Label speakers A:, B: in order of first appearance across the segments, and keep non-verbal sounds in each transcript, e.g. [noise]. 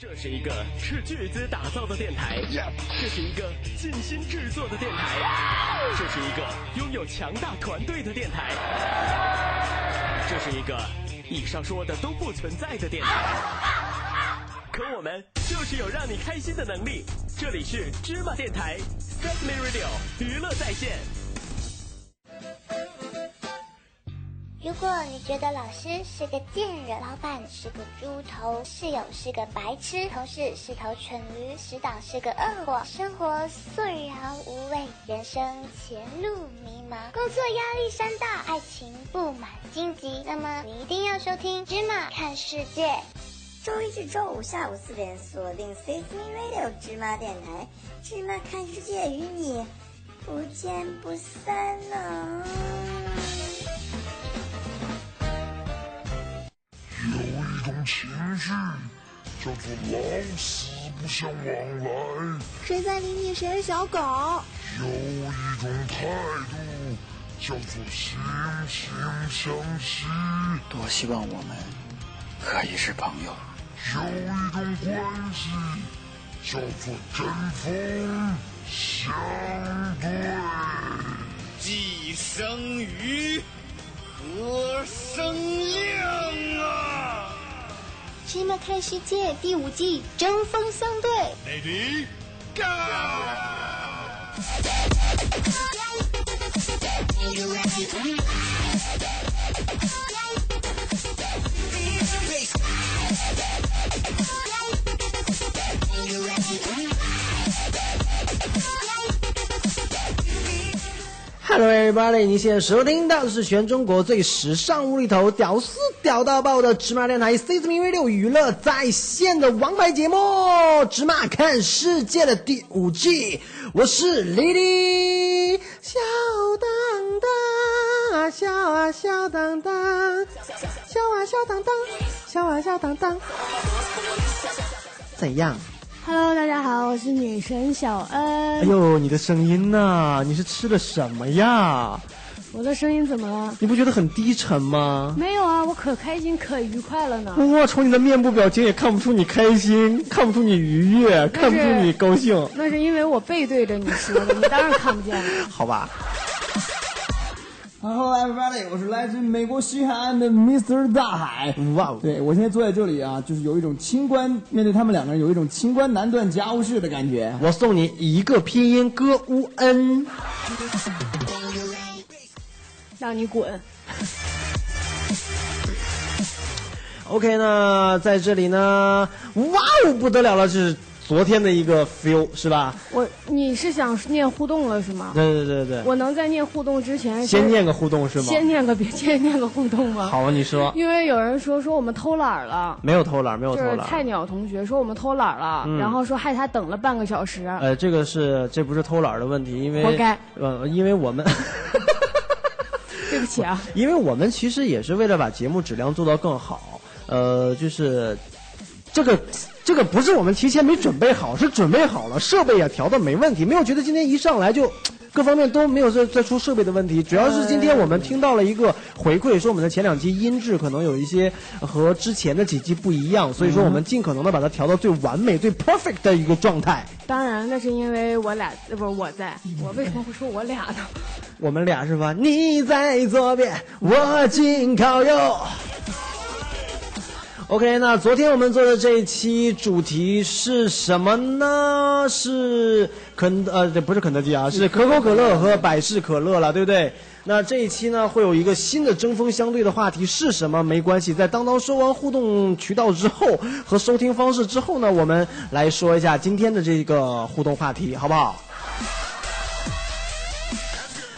A: 这是一个斥巨资打造的电台，这是一个尽心制作的电台，这是一个拥有强大团队的电台，这是一个以上说的都不存在的电台。可我们就是有让你开心的能力。这里是芝麻电台 Family Radio 娱乐在线。
B: 如果你觉得老师是个贱人，老板是个猪头，室友是个白痴，同事是头蠢驴，死党是个恶果，生活素然无味，人生前路迷茫，工作压力山大，爱情布满荆棘，那么你一定要收听《芝麻看世界》，
C: 周一至周五下午四点，锁定 Save Me Radio 芝麻电台，芝麻看世界与你不见不散呢、
D: 有一种情绪叫做老死不相往来，
E: 谁在理你谁是小狗。
D: 有一种态度叫做惺惺相惜，
F: 多希望我们可以是朋友。
D: 有一种关系叫做针锋相对。
G: 既生瑜，何生亮啊
H: 《芝麻看世界》第五季针锋相对。
G: ！Lady Go！
I: Hello everybody，您现在收听到的是全中国最时尚、无厘头、屌丝屌到爆的芝麻电台 C 字 m Radio 娱乐在线的王牌节目《芝麻看世界》的第五季，我是 Lily 小当当，小啊小当当，小啊小当当，小啊小当当，怎样？
E: Hello，大家好，我是女神小恩。
I: 哎呦，你的声音呐、你是吃了什么呀？
E: 我的声音怎么了？
I: 你不觉得很低沉吗？
E: 没有啊，我可开心可愉快了呢。
I: 我从你的面部表情也看不出你开心，看不出你愉悦，看不出你高兴，
E: 那是因为我背对着你说的，你当然看不见了。
I: [laughs] 好吧？
J: Hello everybody，我是来自美国西海岸的 Mr. 大海。
I: 哇哦，
J: 对我现在坐在这里啊，就是有一种清官面对他们两个人有一种清官难断家务事的感觉。
I: 我送你一个拼音歌乌恩，
E: 让你滚！
I: OK 呢，在这里呢，哇哦，不得了了，这是昨天的一个 feel 是吧？
E: 我你是想念互动了是吗？
I: 对对对对，
E: 我能在念互动之前
I: 先念个互动是吗？
E: 先念个 [laughs] 别先念个互动吗？，
I: 好，你说
E: 因为有人说说我们偷懒儿了。
I: 没有偷懒，没嗯有
E: 就
I: 偷
E: 是
I: 懒。
E: 菜鸟同学说我们偷懒儿了，然后说害他等了半个小时。
I: 呃，这个是这不是偷懒的问题，因为
E: 活该
I: 呃，因为
E: [laughs]
I: 我们。
E: 对不起啊，
I: 因为我们其实也是为了把节目质量做到更好，呃，就是这个这个不是我们提前没准备好，是准备好了，设备也调的没问题，没有觉得今天一上来就。呃各方面都没有再再出设备的问题，主要是今天我们听到了一个回馈，说我们的前两期音质可能有一些和之前的几期不一样，所以说我们尽可能的把它调到最完美、最 perfect 的一个状态。
E: 当然那是因为我俩呃不是我在，我为什么会说我俩呢？
I: 嗯我们俩是吧？你在左边，我紧靠右。OK，那昨天我们做的这一期主题是什么呢？是肯呃，这不是肯德基啊，是可口可乐和百事可乐了，对不对？那这一期呢，会有一个新的针锋相对的话题是什么？没关系，在当当说完互动渠道之后和收听方式之后呢，我们来说一下今天的这个互动话题，好不好？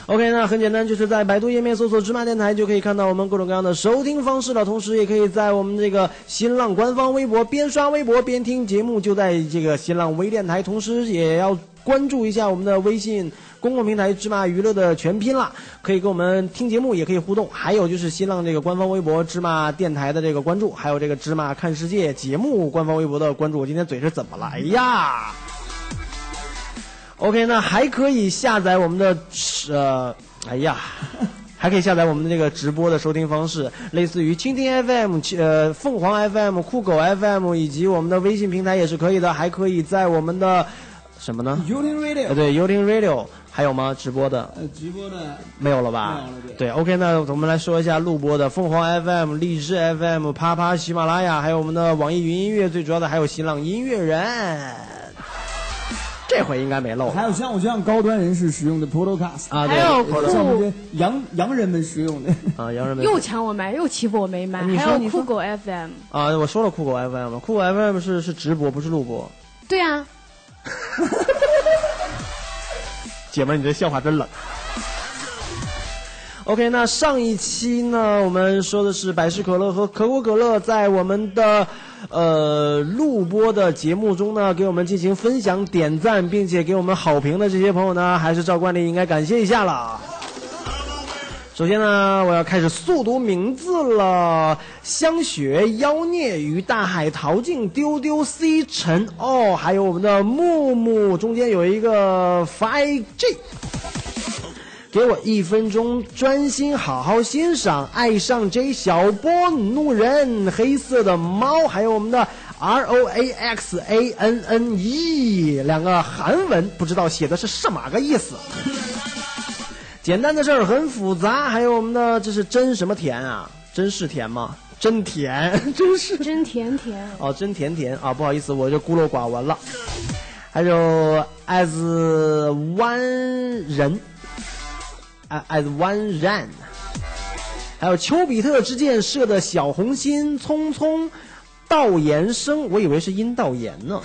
I: OK，那很简单，就是在百度页面搜索“芝麻电台”，就可以看到我们各种各样的收听方式了。同时，也可以在我们这个新浪官方微博边刷微博边听节目，就在这个新浪微电台。同时，也要关注一下我们的微信公共平台“芝麻娱乐”的全拼啦，可以跟我们听节目，也可以互动。还有就是新浪这个官方微博“芝麻电台”的这个关注，还有这个“芝麻看世界”节目官方微博的关注。我今天嘴是怎么来呀？OK，那还可以下载我们的呃，哎呀，
J: [laughs]
I: 还可以下载我们的这个直播的收听方式，类似于蜻蜓 FM、呃凤凰 FM、酷狗 FM 以及我们的微信平台也是可以的，还可以在我们的什么呢
J: y o u t i n Radio，
I: 呃对 y o u t i n Radio 还有吗？直播的
J: 呃，直播的
I: 没有了吧？
J: 没有了
I: 对 o k 那我们来说一下录播的凤凰 FM、荔枝 FM、啪啪、喜马拉雅，还有我们的网易云音乐，最主要的还有新浪音乐人。这回应该没漏
J: 还有像我这样高端人士使用的 Podcast
I: 啊对还有
J: 像我们这洋洋人们使用的，
I: 啊，洋人们
E: 又抢我麦，又欺负我没麦，
I: 哎你说
E: 还
I: 你
E: 有
I: 说
E: 酷狗 FM，
I: 啊，我说了酷狗 FM 嘛，酷狗 FM 是是直播，不是录播。
E: 对啊，
I: 姐们儿，你这笑话真冷。OK，那上一期呢，我们说的是百事可乐和可口可乐在我们的呃录播的节目中呢，给我们进行分享、点赞，并且给我们好评的这些朋友呢，还是照惯例应该感谢一下了。首先呢，我要开始速读名字了。香雪、妖孽、于大海、陶静、丢丢、C 陈哦，还有我们的木木，中间有一个 Five G。给我一分钟，专心好好欣赏，爱上这小波怒人，黑色的猫，还有我们的 R O A X A N N E 两个韩文，不知道写的是什么个意思。 [laughs] 简单的事儿很复杂，还有我们的这是真什么甜啊？真是甜吗？真甜，真是
E: 真甜甜。
I: 哦，真甜甜啊！不好意思，我这孤陋寡闻了。还有 as one 人啊，as one 人，还有丘比特之箭射的小红心，匆匆道延生，我以为是阴道炎呢。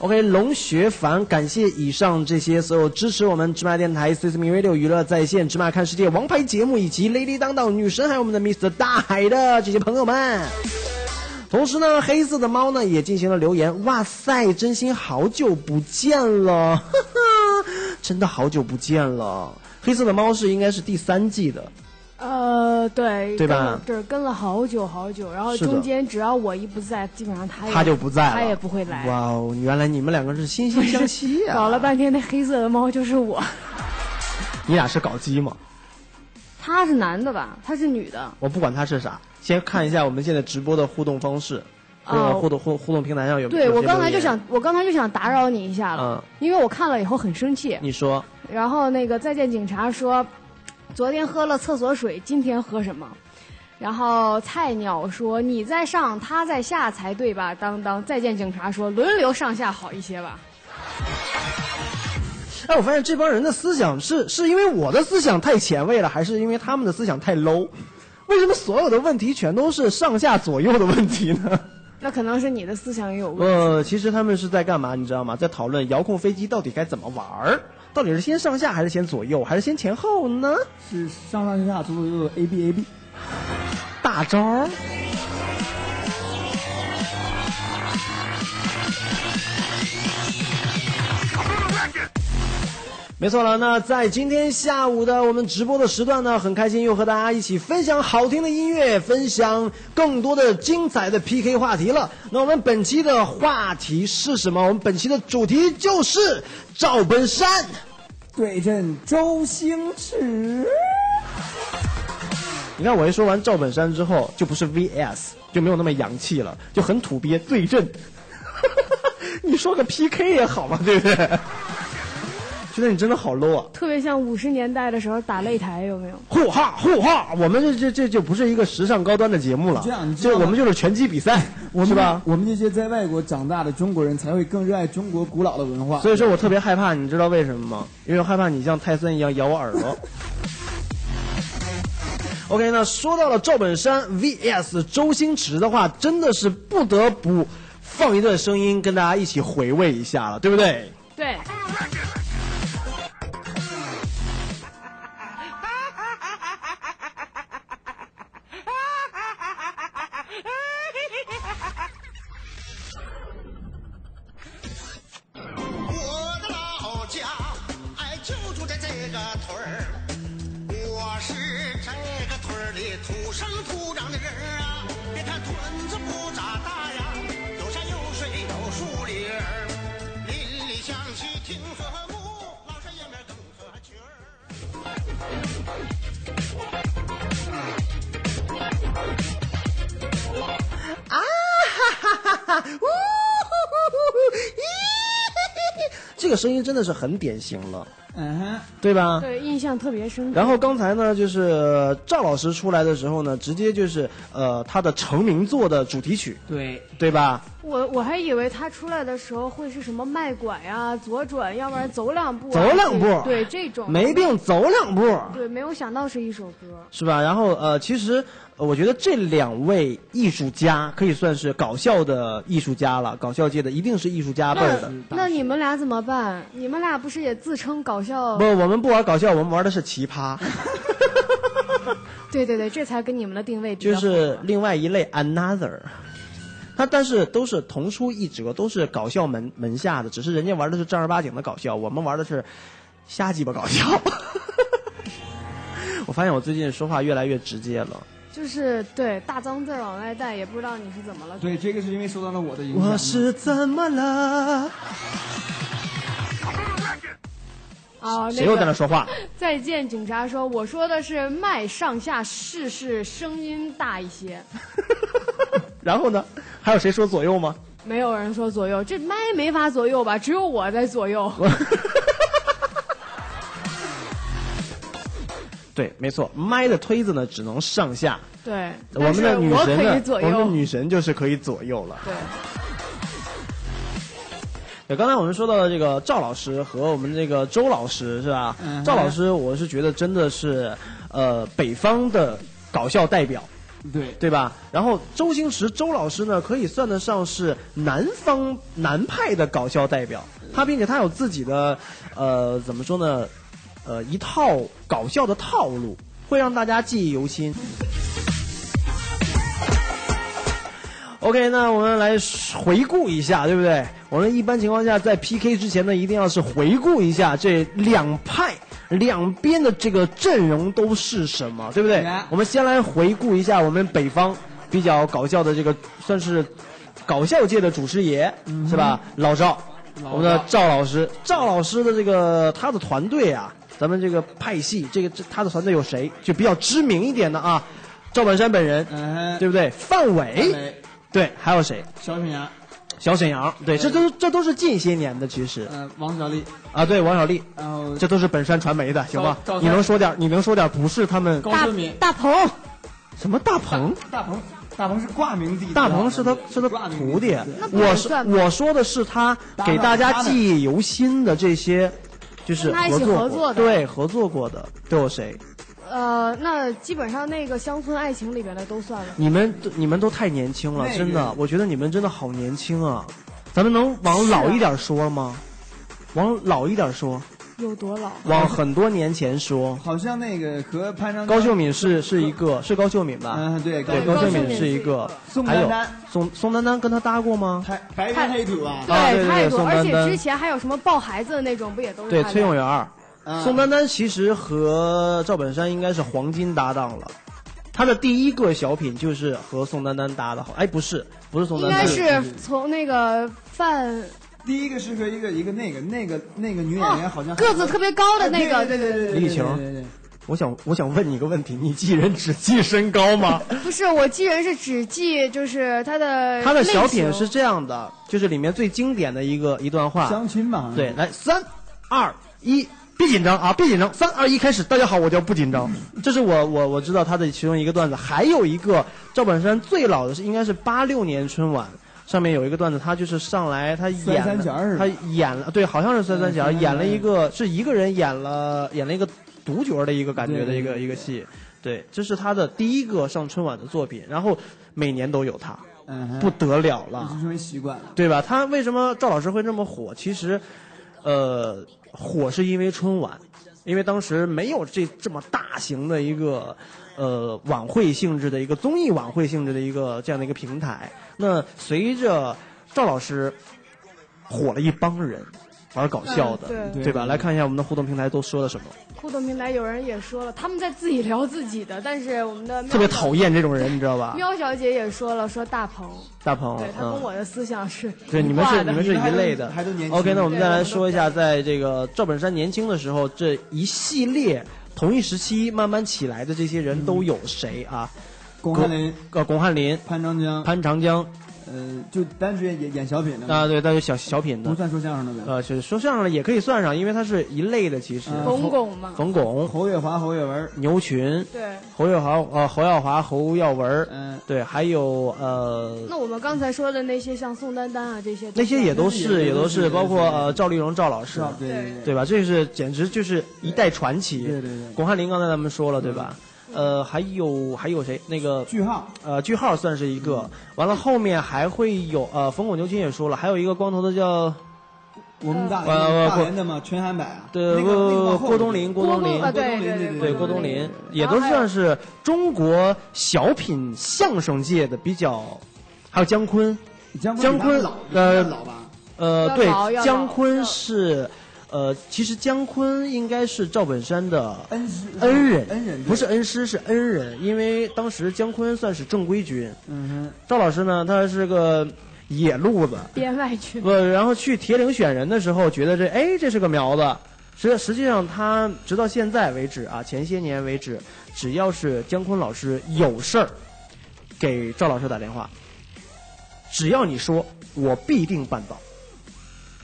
I: OK，龙学凡，感谢以上这些所有支持我们芝麻电台、c s m e Radio 娱乐在线、芝麻看世界、王牌节目以及 Lady 当道女神，还有我们的 Mr 大海的这些朋友们。同时呢，黑色的猫呢也进行了留言，哇塞，真心好久不见了， [laughs] 呵呵，真的好久不见了。黑色的猫是应该是第三季的，
E: 呃，对，
I: 对吧
E: 跟了对，跟了好久好久，然后
I: 是的
E: 中间只要我一不在，基本上他也
I: 它就不在了，
E: 哎他也不会来。
I: 哇哦，原来你们两个是惺惺相惜啊呀、
E: [laughs] 搞了半天，那黑色的猫就是我。
I: 你俩是搞基吗？
E: 他是男的吧？他是女的？
I: 我不管它是啥，先看一下我们现在直播的互动方式，
E: 哦
I: 呃，互动互互动平台上有。
E: 对
I: 有
E: 我
I: 些
E: 刚才
I: 留言嗯
E: 就想，，我刚才就想打扰你一下了，因为我看了以后很生气。
I: 你说
E: 然后那个再见警察说，昨天喝了厕所水，今天喝什么？然后菜鸟说你在上，他在下才对吧？当当，再见警察说轮流上下好一些吧。
I: 哎，我发现这帮人的思想是是因为我的思想太前卫了，还是因为他们的思想太 low？为什么所有的问题全都是上下左右的问题呢？
E: 那可能是你的思想也有问题。
I: 呃，其实他们是在干嘛，你知道吗？在讨论遥控飞机到底该怎么玩儿，到底是先上下还是先左右，还是先前后呢？
J: 是上上下下左左右右 A B A B，
I: 大招儿。没错了，那在今天下午的我们直播的时段呢，很开心又和大家一起分享好听的音乐，分享更多的精彩的 PK 话题了。那我们本期的话题是什么？我们本期的主题就是赵本山。
J: 对阵周星驰。
I: 你看我一说完赵本山之后，就不是 VS，就没有那么洋气了，就很土鳖对阵。 [laughs] 你说个 PK 也好嘛，对不对？觉得你真的好 low 啊！
E: 特别像五十年代的时候打擂台，有没有？
I: 互哈互哈，我们这这这就不是一个时尚高端的节目了，
J: 这样你知
I: 这
J: 道吗
I: 我们就是拳击比赛，
J: 我
I: 是
J: 们
I: 吧？
J: 我们这些在外国长大的中国人才会更热爱中国古老的文化。
I: 所以说我特别害怕，你知道为什么吗？因为我害怕你像泰森一样咬我耳朵。OK，那说到了赵本山 VS 周星驰的话，真的是不得不放一段声音跟大家一起回味一下了，对不 [laughs] 对？
E: 对，
K: 我的老家，哎，就住在这个屯儿。我是这个屯儿里土生土长的人儿啊。别看屯子不咋大呀，有山有水有树林儿，邻里乡
I: 哈，呜，这个声音真的是很典型了，
J: 嗯哼，
I: 对吧？
E: 对，印象特别深刻。
I: 然后刚才呢，就是呃赵老师出来的时候呢，直接就是呃他的成名作的主题曲，
J: 对
I: 对吧？
E: 我我还以为他出来的时候会是什么卖拐呀、左转，要不然走两步啊、
I: 走两步
E: 对对这种
I: 没病走两步，
E: 对，没有想到是一首歌。
I: 是吧？然后呃，其实呃我觉得这两位艺术家可以算是搞笑的艺术家了，搞笑界的一定是艺术家辈儿的。
E: 那那你们俩怎么办？你们俩不是也自称搞笑？
I: 不，我们不玩搞笑，我们玩的是奇葩，
E: 对对对，这才跟你们的定位比较
I: 就
E: 好
I: 是另外一类 another。他但是都是同出一辙，都是搞笑门门下的，只是人家玩的是正儿八经的搞笑，我们玩的是瞎鸡巴搞笑。 [laughs] 我发现我最近说话越来越直接了。
E: 就是对大脏字儿往外带，也不知道你是怎么了。
J: 对，这个是因为受到了我的影响。
I: 我是怎么了？
E: 啊，
I: 谁又在那说话？
E: 再见，警察说，我说的是麦上下试试声音大一些，
I: [laughs] 然后呢？还有谁说左右吗？
E: 没有人说左右，这麦没法左右吧？只有我在
I: [laughs]
E: 左右。
I: 对，没错，麦的推子呢只能上下。
E: 对，
I: 我们的
E: 但是
I: 女
E: 我
I: 神
E: 可以
I: 呢，
E: 左
I: 我们的
E: 右。
I: 女神就是可以左右了。
E: 对，
I: 对，刚才我们说到的这个赵老师和我们这个周老师是吧？
J: 嗯
I: 赵老师，我是觉得真的是，呃，北方的搞笑代表，
J: 对
I: 对吧？然后周星驰周老师呢，可以算得上是南方南派的搞笑代表，他并且他有自己的，呃，怎么说呢？呃，一套搞笑的套路，会让大家记忆犹新。OK，那我们来回顾一下，对不对？我们一般情况下在 PK 之前呢，一定要是回顾一下这两派两边的这个阵容都是什么，对不对
J: Yeah？
I: 我们先来回顾一下我们北方比较搞笑的这个，算是搞笑界的祖师爷、是吧？老赵，
J: 嗯老赵
I: 我们的赵老师，赵老师的这个他的团队啊，咱们这个派系，这个这他的团队有谁？就比较知名一点的啊，赵本山本人，
J: 嗯，
I: 对不对？范
J: 哎
I: 伟，，对，还有谁？
J: 小沈阳，
I: 小沈阳，对，这
J: 对
I: 都这都是近些年的，其实
J: 嗯，王小利，
I: 啊，对，王小利，
J: 然后
I: 这都是本山传媒的，行吧
J: 赵赵？
I: 你
J: 三
I: 能说点，你能说点不是他们
J: 高顺民，
E: 大鹏，
I: 什么大鹏？
J: 大鹏，大鹏是挂名弟，
I: 大鹏是他是他
J: 挂名
I: 徒弟，
E: 不能
I: 我是
E: 算吗
I: 我说的是他给大家记忆犹新的这些，就是
E: 跟他一
I: 合
E: 起
I: 作
E: 合作
I: 过
E: 的
I: 对合作过的都有谁？
E: 呃，那基本上那个乡村爱情里边的都算了。
I: 你们你们都太年轻了
J: 那，个
I: 真的，我觉得你们真的好年轻啊！咱们能往老一点说吗？往老一点说，
E: 有多老？
I: 往很多年前说。
J: 好像那个和潘长江
I: 高秀，敏是是一个，是高秀敏吧？
J: 嗯，对，高
I: 对，
E: 高
I: 高
E: 秀
I: 秀
E: 敏
I: 敏
E: 是
I: 是
E: 一
I: 一
E: 个
I: 个，
J: 宋
I: 还有
J: 丹丹
I: 宋宋丹丹跟他搭过吗？
J: 白白人黑土啊，
I: 啊对对对
E: 太多，
I: 宋
E: 而
I: 丹
E: 且
I: 丹
E: 之前还有什么抱孩子的那种，不也都是
I: 对，
E: 他
I: 崔永
E: 的
I: 元儿。
J: 嗯
I: 宋丹丹其实和赵本山应该是黄金搭档了，他的第一个小品就是和宋丹丹搭的，好，哎，不是，不是宋
E: 应
I: 丹
E: 该
I: 丹，
E: 是从那个范
J: 第一个是和一个一个那个那个那个女演员，好像
E: 哦个子特别高的那个，
J: 对对对对，对对
I: 我想我想问你一个问题，你记人只记身高
E: [laughs]
I: 吗？
E: 不是，我记人是只记就是他的
I: 他的
E: 呃类
I: 小品
E: 型
I: 是这样的，就是里面最经典的一个一段话，
J: 相亲嘛，
I: 对，来三二一，别紧张啊，别紧张，三二一，开始。大家好，我叫不紧张，这是我我我知道他的其中一个段子，还有一个赵本山最老的是应该是八六年春晚。上面有一个段子，他就是上来他
J: 摔
I: 演了
J: 三弦儿是吧
I: 他演了对，好像是摔三弦儿，
J: 嗯
I: 演了一个是一个人演了演了一个独角儿的一个感觉的一个
J: 对
I: 一个戏，对，这是他的第一个上春晚的作品，然后每年都有他，
J: 嗯，
I: 不得了了，
J: 是因为习惯了，
I: 对吧？他为什么赵老师会这么火？其实，呃，火是因为春晚，因为当时没有这这么大型的一个呃晚会性质的一个综艺晚会性质的一个这样的一个平台。那随着赵老师火了一帮人玩搞笑的，
E: 嗯
J: 对
I: 吧？来看一下我们的互动平台都说了什么，
E: 互动平台有人也说了，他们在自己聊自己的，但是我们的喵
I: 特别讨厌这种人，你知道吧？
E: 喵小姐也说了，说大鹏，
I: 大鹏，
E: 对他跟
I: 嗯。
E: 我的思想是
I: 对，你们
E: 挂
I: 是
E: 的
I: 你们是一类的，
J: 还都年轻
I: OK，那我们再
E: 对我
I: 来
E: 们
I: 说一下，在这个赵本山年轻的时候，这一系列同一时期慢慢起来的
J: 嗯
I: 这些人都有谁啊？
J: 巩汉林、
I: 呃，巩汉林、
J: 潘长江、
I: 潘长江、
J: 呃，就单直接演演小品的
I: 啊，对，那就小小品的，
J: 不算说相声的呗。
I: 呃，就是说相声的也可以算上，因为它是一类的，其实。
J: 呃
E: 冯巩嘛
I: 冯巩、
J: 侯月华、侯月文、
I: 牛群，
E: 对
I: 侯月华、呃侯耀华、侯耀文，
J: 嗯，
I: 对，还有呃
E: 那我们刚才说的那些像宋丹丹啊这些，
I: 那些也都
J: 那
I: 是，
J: 些
I: 也
J: 也
I: 都
J: 都
I: 是，
J: 是
I: 包括呃赵丽蓉赵老师，
J: 对对对
I: 对吧？这是简直就是一代传奇。
J: 对对对
I: 巩汉林刚才咱们说了，对吧？呃，还有还有谁？那个
J: 句号，
I: 呃，句号算是一
E: 嗯
I: 个。完了，后面还会有呃，冯巩牛群也说了，还有一个光头的叫
J: 我们
E: 嗯
J: 大
I: 呃
J: 大连的嘛，全韩柏啊，
I: 对呃
J: 那个那个往后
I: 郭冬临，郭冬临，
E: 啊对对
J: 对
I: 对
E: 对
I: 郭冬临也
E: 然后
I: 都
E: 还有
I: 算是中国小品相声界的比较，还有姜昆，
J: 姜
I: 姜
J: 昆
I: 昆
J: 比他老
I: 呃
J: 比他老吧，
I: 呃，
E: 要
I: 对
E: 老，要
I: 姜
E: 老
I: 昆
E: 要
I: 是，呃，其实姜昆应该是赵本山的
J: 恩师
I: 恩人，
J: 恩人对
I: 不是恩师，是恩人，因为当时姜昆算是正规军，
J: 嗯
I: 赵老师呢，他是个野路子，
E: 编外去
I: 不，然后去铁岭选人的时候，觉得这哎这是个苗子。实实际上，他直到现在为止啊，前些年为止，只要是姜昆老师有事儿，给赵老师打电话，只要你说，我必定办到。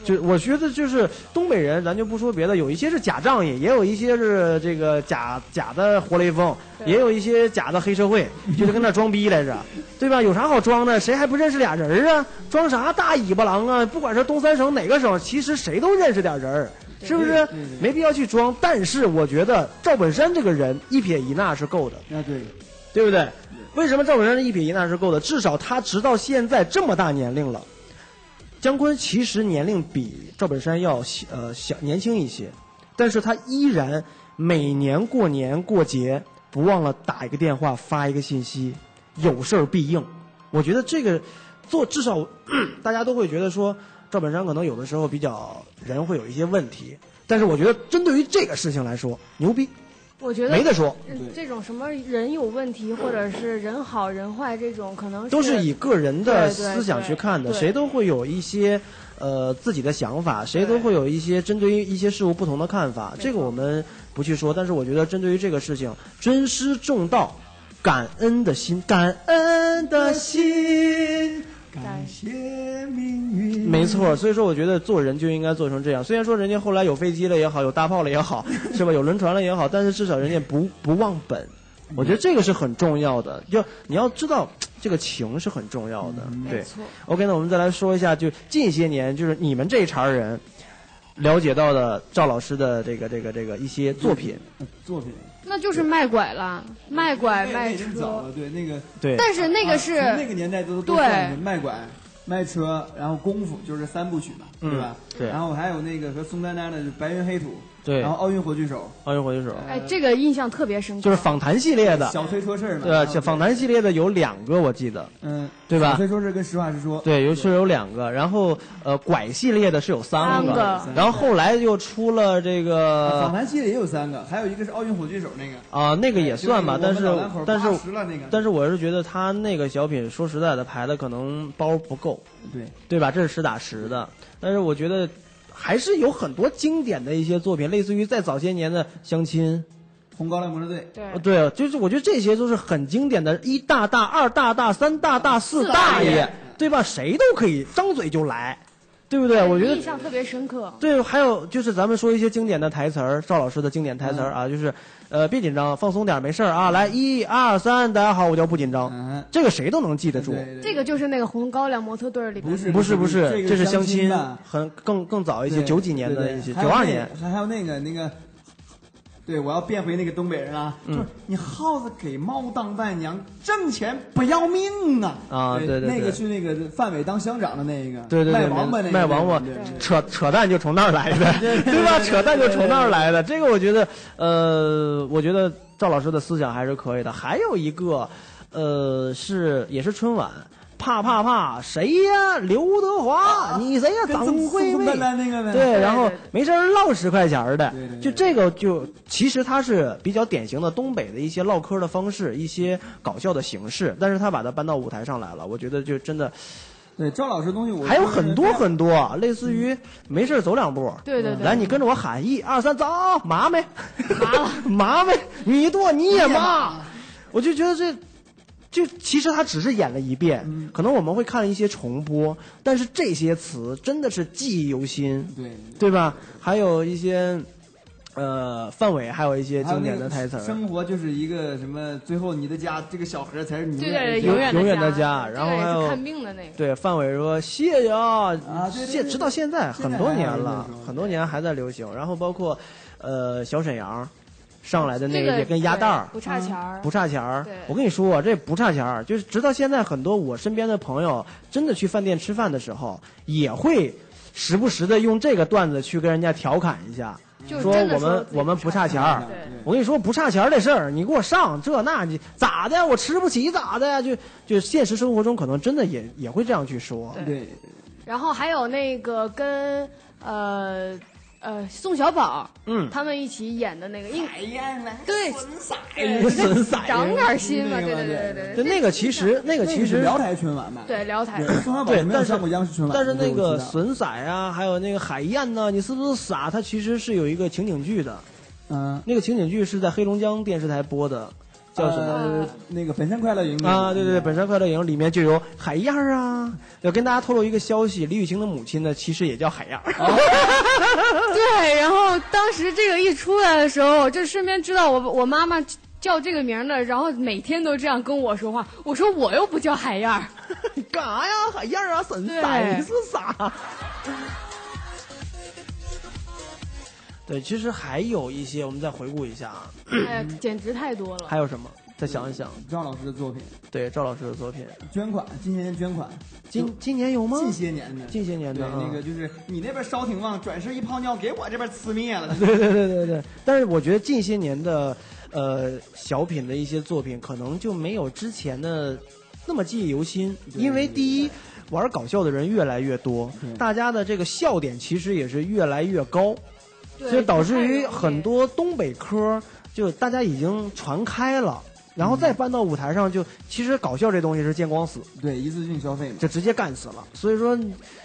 I: 就我觉得，就是东北人，咱就不说别的，有一些是假仗义，也有一些是这个假假的活雷锋，也有一些假的黑社会，就是跟那装逼来着，对吧？有啥好装的？谁还不认识俩人啊？装啥大尾巴狼啊？不管是东三省哪个省，其实谁都认识点人儿，是不是？没必要去装。但是我觉得赵本山这个人一撇一捺是够的，
J: 哼，啊对，
I: 对不对？为什么赵本山的一撇一捺是够的？至少他直到现在这么大年龄了，姜昆其实年龄比赵本山要小呃小年轻一些，但是他依然每年过年过节不忘了打一个电话发一个信息，有事儿必应。我觉得这个做至
E: [clears throat]
I: 少大家都会觉得说赵本山可能有的时候比较人会有一些问题，但是我觉得针对于这个事情来说，牛逼，
E: 我觉得
I: 没得说。
E: 嗯这种什么人有问题，或者是人好人坏，这种可能
I: 都是
E: 是
I: 以个人的
E: 对对
I: 思想去看的，
E: 对
I: 谁都会有一些呃自己的想法，谁都会有一些针对于一些事物不同的看法。这个我们不去说，但是我觉得针对于这个事情，尊师重道，感恩的心，感恩的心。
J: 感谢命运，
I: 没错，所以说我觉得做人就应该做成这样。虽然说人家后来有飞机了也好，有大炮了也
E: [laughs]
I: 好，是吧？有轮船了也好，但是至少人家不不忘本。我觉得这个是很重要的，要你要知道这个情是很重要的。对
E: 嗯错
I: ，OK，那我们再来说一下，就近些年就是你们这一茬人了解到的赵老师的这个这个这个一些作品。
J: 呃作品
E: 那就是卖拐了，卖拐
J: 那那
E: 卖
J: 已经早
E: 车，
J: 了，对那个
I: 对，
E: 但是那个是、
J: 啊从那个年代都都
E: 对
J: 算是卖拐、卖车，然后功夫就是三部曲嘛，
I: 嗯
J: 对吧？
I: 对
J: 然后还有那个和宋丹丹的《就白云黑土》，
I: 对
J: 然后奥运火炬手，
I: 奥运火炬手
E: 哎，这个印象特别深刻，
I: 就是访谈系列的，
J: 小崔说事儿嘛，
I: 啊对吧，
J: 然后
I: 小访，谈系列的有两个我记得，
J: 嗯，
I: 对吧
J: 小崔说事儿跟实话实说，
I: 对，尤其是有两个，然后呃，拐系列的是有三
E: 三
I: 个，
E: 个
I: 然后后来又出了这
J: 啊，
I: 个
J: 访谈系列也有三个，还有一个是奥运火炬手那个，
I: 啊、呃那个也算吧，
J: 就
I: 但
J: 是
I: 是
J: 我们老两口
I: 但
J: 八十
I: 是
J: 了那个，
I: 但是我是觉得他那个小品，说实在的，排的可能包不够，
J: 对，
I: 对吧？这是实打实的，但是我觉得还是有很多经典的一些作品，类似于在早些年的《相亲》
J: 红高粱模特队，
E: 对
I: 呃，对，就是我觉得这些都是很经典的，一大大、二大大、三大大、四大爷，对吧？谁都可以张嘴就来，对不对？啊我觉得
E: 印象特别深刻。
I: 对，还有就是咱们说一些经典的台词儿，赵老师的经典台词儿啊，就是，呃，别紧张，放松点儿，没事儿啊。来，一二三，大家好，我叫不紧张，
J: 嗯，
I: 这个谁都能记得住。
J: 对，对
E: 这个就是那个红高粱模特队里边
J: 不是
I: 不是不是，这
J: 这
I: 是
J: 是
I: 相亲
J: 吧，
I: 很更更早一些，
J: 对
I: 九几年的
J: 对
I: 一些，
J: 对
I: 九二年。
J: 还还有那个那个，对我要变回那个东北人啊，就是你耗子给猫当伴娘，挣钱不要命啊！
I: 啊对对
J: 那
I: 对
J: 个是那个范伟当乡长的那一个，
I: 对对对，
J: 卖王八那
I: 没
J: 个，
I: 卖王八
J: 对对，
I: 扯扯淡就从那儿来的，对吧？扯淡就从那儿来的。这个我觉得，呃，我觉得赵老师的思想还是可以的。还有一个，呃，是也是春晚。怕怕怕！谁呀？刘德华，你谁呀？
J: 啊跟
I: 张
J: 宋
I: 惠
J: 宋
I: 妹
J: 丹，丹那个呗，
I: 对，
E: 嗯对
I: 然后
E: 对
I: 没事儿唠十块钱儿的
J: 对对，对
I: 就这个就其实它是比较典型的东北的一些唠嗑的方式，一些搞笑的形式，但是他把它搬到舞台上来了，我觉得就真的
J: 对赵老师东西我
I: 还有很多很多，类
J: 嗯
I: 似于没事儿走两步。
E: 对对对
I: 来，你跟着我喊一二三，走，麻 [laughs] 没，麻麻没，你剁你也麻，我就觉得这就其实他只是演了一遍，
J: 嗯
I: 可能我们会看一些重播，但是这些词真的是记忆犹新，
J: 对
I: 对吧？还有一些，呃，范伟，还有一些经典的台词儿，
J: 生活就是一个什么？最后你的家这个小盒才是你
E: 对
J: 的
E: 对，
J: 永
E: 远
I: 永远
E: 的
I: 的家然后还有
E: 对看病的那个，
I: 对，范伟说谢谢啊，
J: 对对
I: 谢，
J: 对
I: 直到现在
J: 现在
I: 很多年
J: 还有
I: 了
J: 人说，
I: 很多年还在流行。然后包括，呃，小沈阳上来的那
E: 这
I: 个
E: 个
I: 也跟鸭蛋儿嗯
E: 对不差钱儿
I: 不差钱儿
E: 对。
I: 我跟你说，这不差钱儿，就是直到现在，很多我身边的朋友真的去饭店吃饭的时候，也会时不时的用这个段子去跟人家调侃一下。
E: 就是
I: 说
E: 真的
I: 我
E: 说
I: 们
E: 自己
I: 我们不差钱儿
E: 不差钱儿对，
I: 我跟你说不差钱儿的事儿，你给我上这那，你咋的？我吃不起咋的？就就现实生活中可能真的也也会这样去说。
J: 对，
E: 然后还有那个跟呃呃宋小宝，
I: 嗯
E: 他们一起演的那个，应
J: 燕呢？
E: 对，哎
I: 人损色呀
E: 长点心嘛，
J: 那
E: 对
J: 个
E: 对对对
I: 就那个其实那个其实
J: 辽台春晚吧？
E: 对辽台，
J: 宋小宝
I: 对，
J: 没有
I: 但是
J: 上过央视春晚，
I: 但是那
J: 我
I: 个
J: 知道
I: 损色啊，还有那个海燕呐，你是不是傻？它其实是有一个情景剧的，
J: 嗯，
I: 那个情景剧是在黑龙江电视台播的，叫什么
J: 呃？那个本山快乐营
I: 啊，对对对，《本山快乐营》里面就有海燕儿啊。要跟大家透露一个消息，李雨晴的母亲呢，其实也叫海燕儿。
E: 对。然后当时这个一出来的时候，就身边知道我我妈妈叫这个名儿的，然后每天都这样跟我说话。我说我又不叫海燕儿，
I: 干啥呀，海燕儿啊，损色，
E: 对
I: 你是傻。对，其实还有一些，我们再回顾一下啊，
E: 哎呀，简直太多了。
I: 还有什么？再想一想，
J: 张老师的作品，
I: 对赵老师的作品，
J: 捐款，今年捐款，
I: 今今年有吗？
J: 近些年的，
I: 嗯近些年的
J: 对，
I: 啊
J: 那个就是你那边烧挺旺，转身一泡尿给我这边呲灭了。
I: 对对对对对，但是我觉得近些年的，呃，小品的一些作品可能就没有之前的那么记忆犹新，因为第一，玩搞笑的人越来越多，大家的这个笑点其实也是越来越高，
E: 对
I: 所以导致于很多东北科就大家已经传开了，然后再搬到舞台上就，其实搞笑这东西是见光死，
J: 对，一次性消费嘛。
I: 就直接干死了。所以说，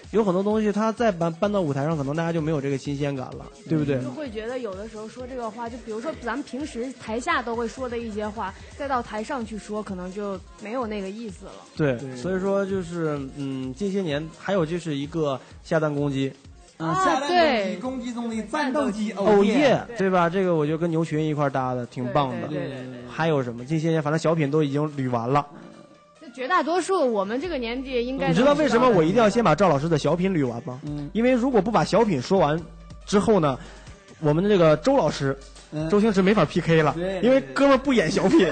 I: 有很多东西它再搬搬到舞台上，可能大家就没有这个新鲜感了，对不对？
E: 就会觉得有的时候说这个话，就比如说咱们平时台下都会说的一些话，再到台上去说，可能就没有那个意思了。
I: 对，
J: 对
I: 所以说就是嗯，近些年还有就是一个下蛋公鸡，
J: 啊，下
E: 对
J: 蛋公鸡，公鸡中的战斗机，
I: 哦
J: 耶
I: 耶，，对吧？这个我就跟牛群一块儿搭的，挺棒的。
E: 对对
J: 对对
I: 还有什么？近些年反正小品都已经捋完了，
E: 就绝大多数我们这个年纪应该
I: 你
E: 能
I: 知道为什么
E: 的
I: 我一定要先把赵老师的小品捋完吗？
J: 嗯
I: 因为如果不把小品说完之后呢，我们的这个周老师
J: 嗯
I: 周星驰没法 PK 了
J: 对，对
I: 因为
J: 对
I: 哥们儿不演小
J: [laughs]
I: 品。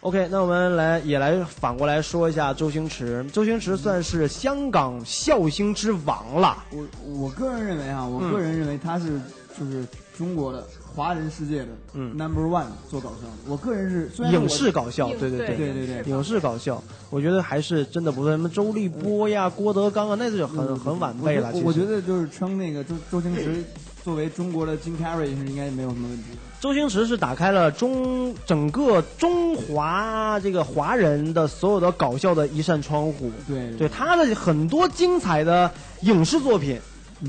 I: OK，那我们来也来反过来说一下周星驰。周星驰算是香港笑星之王了，
J: 我我个人认为啊，我个人认为他是就是中国的华人世界的
I: 嗯
J: number one 做搞笑的。我个人是虽然我
I: 影视搞笑，
E: 影
I: 对对
E: 对
J: 对对对
I: 影视搞笑，我觉得还是真的不错。什么周立波呀、郭德纲啊，那就很很晚辈了。
J: 嗯我
I: 其
J: 觉
I: 实
J: 我觉得就是称那个周周星驰作为中国的 Jim Carrey 是应该没有什么问题。
I: 周星驰是打开了中整个中华这个华人的所有的搞笑的一扇窗户。
J: 对
I: 对他的很多精彩的影视作品，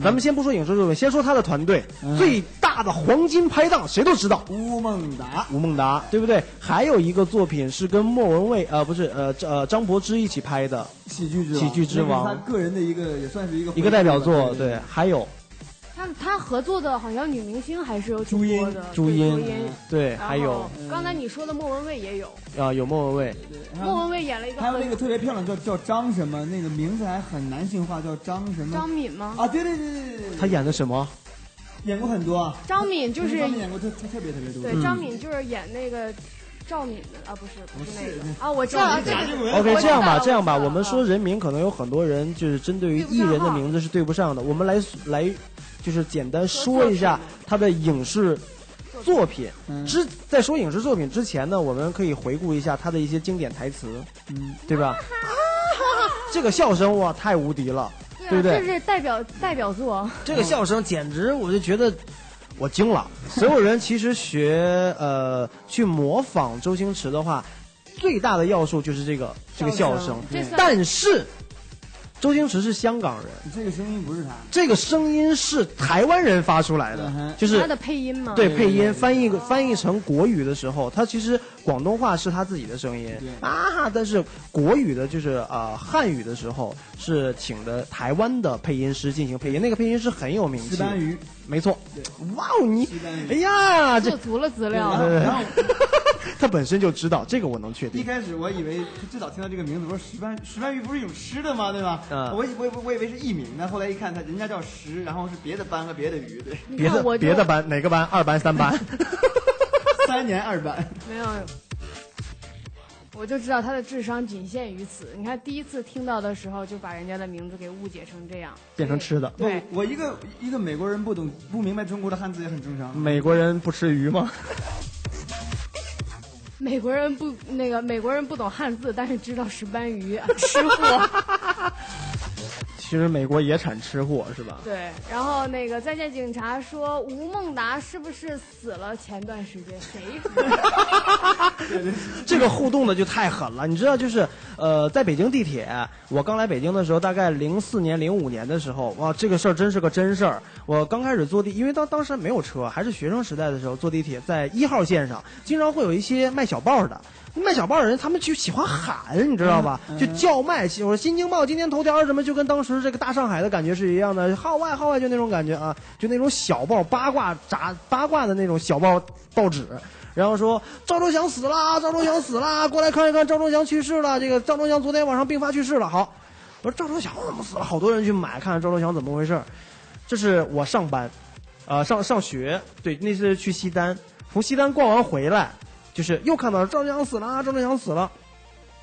I: 咱们先不说影视作品，先说他的团队，
J: 嗯
I: 最大的黄金拍档谁都知道。
J: 乌孟达，
I: 吴孟达，对不对？还有一个作品是跟莫文蔚，呃，不是，呃，呃，张柏芝一起拍的
J: 喜剧之王，
I: 喜剧之王
J: 那是他个人的一个也算是一个
I: 一个代表作，
J: 回忆吧
I: 对。还有
E: 他他合作的好像女明星还是有挺
J: 朱茵
E: 多的，对
I: 朱
E: 朱
I: 茵
E: 茵，
I: 对，
E: 然后
I: 还有
E: 刚才你说的莫文蔚也有，
I: 啊，有莫文蔚，
E: 莫文蔚演了一个
J: 还有那
E: 很
J: 个特别漂亮，叫叫张什么，那个名字还很男性化，叫张什么
E: 张敏吗？
J: 啊？对对对对对对，
I: 他演的什么？
J: 演过很多啊，
E: 张敏就是
I: 嗯
J: 他们演过特特特别特别多。
E: 对，张敏就是演那个赵敏的啊，不是不是那
I: 嗯
E: 个啊，我知道
J: 赵
E: 了，
J: 敏
E: 对
J: 贾
E: 对
J: 静
E: 对
J: 雯
E: 我
I: OK，
E: 知
I: 哦这样
E: 道
I: 吧，
E: 了
I: 这样吧，
E: 知道
I: 我们
E: 了
I: 说人名可能有很多人就是针对于艺人的名字是对不上的，我们来来就是简单说一下他的影视作品。
J: 嗯
I: 之在说影视作品之前呢，我们可以回顾一下他的一些经典台词，
J: 嗯，
I: 对
E: [laughs]
I: 吧？这个笑声哇，太无敌了，对
E: 啊
I: 不对？
E: 这是代表代表作，
I: 这个笑声简直，我就觉得我惊了。所有人其实学呃去模仿周星嗯驰的话，最大的要素就是这个这个笑声
E: 这算
I: 但是周星驰是香港人，
J: 这个声音不是他，
I: 这个声音是台湾人发出来嗯的，就是
E: 他的配音吗？
I: 对配音翻译翻译成国语的时候，他其实广东话是他自己的声音啊哈，但是国语的就是啊、呃、汉语的时候是请的台湾的配音师进行配音，那个配音师很有名气。
J: 石斑鱼，
I: 没错。哇哦，你哎呀，这 [laughs] 嗯
E: 足了资料。 [laughs]
I: 他本身就知道这个，我能确定。
J: 一开始我以为他最早听到这个名字，我说石斑石斑鱼不是一种吃的吗？对吧？嗯、我我我以为是艺名呢，后来一看他人家叫石，然后是别的班和别的
E: [laughs]
J: 鱼，对。
I: 别的别的班哪个班？二班三班？ [laughs]
J: 三年二班。
E: 没有，我就知道他的智商仅限于此。你看第一次听到的时候，就把人家的名字给误解成这样，
I: 变成吃的。
E: 对，
J: 我一个一个美国人不懂不明白中国的汉字也很正常。
I: 美国人不吃鱼吗？
E: 美国人不那个，美国人不懂汉字，但是知道石
I: [laughs]
E: 斑鱼吃货。
I: 其实美国也产吃货是吧？
E: 对。然后那个《再见警察》说吴孟达是不是死了？前段时
I: [laughs]
E: 间谁
I: 死？这个互动的就太狠了，你知道，就是呃，在北京地铁，我刚来北京的时候，大概零四年、零五年的时候，哇，这个事儿真是个真事儿。我刚开始坐地，因为当当时没有车，还是学生时代的时候，坐地铁在一号线上，经常会有一些卖小报的。卖小报的人，他们就喜欢喊，你知道吧？就叫卖。我说《新京报》今天头条什么，就跟当时这个大上海的感觉是一样的，号外号外就那种感觉啊，就那种小报八卦杂八卦的那种小报报纸。然后说赵忠祥死啦，赵忠祥死啦，过来看一看，赵忠祥去世了。这个赵忠祥昨天晚上病发去世了。好，我说赵忠祥怎么死了？好多人去买，看看赵忠祥怎么回事。这是我上班，呃，上上学，对，那是去西单，从西单逛完回来。就是又看到赵忠祥死了，赵忠祥死了。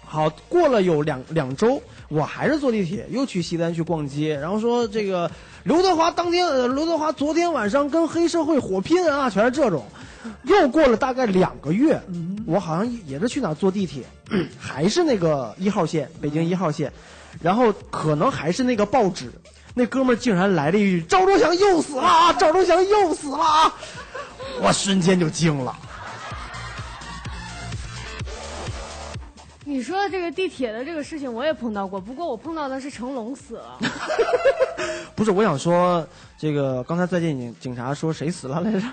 I: 好，过了有两两周，我还是坐地铁又去西单去逛街，然后说这个刘德华当天，呃、刘德华昨天晚上跟黑社会火拼啊，全是这种。又过了大概两个月，我好像也是去哪坐地铁， [clears throat] 还是那个一号线，北京一号线，然后可能还是那个报纸，那哥们儿竟然来了一句：“赵忠祥又死了，赵忠祥又死了。”我瞬间就惊了。
E: 你说这个地铁的这个事情，我也碰到过，不过我碰到的是成龙死
I: [laughs]
E: 了。
I: 不是，我想说这个，刚才再见警警察说谁死了来着？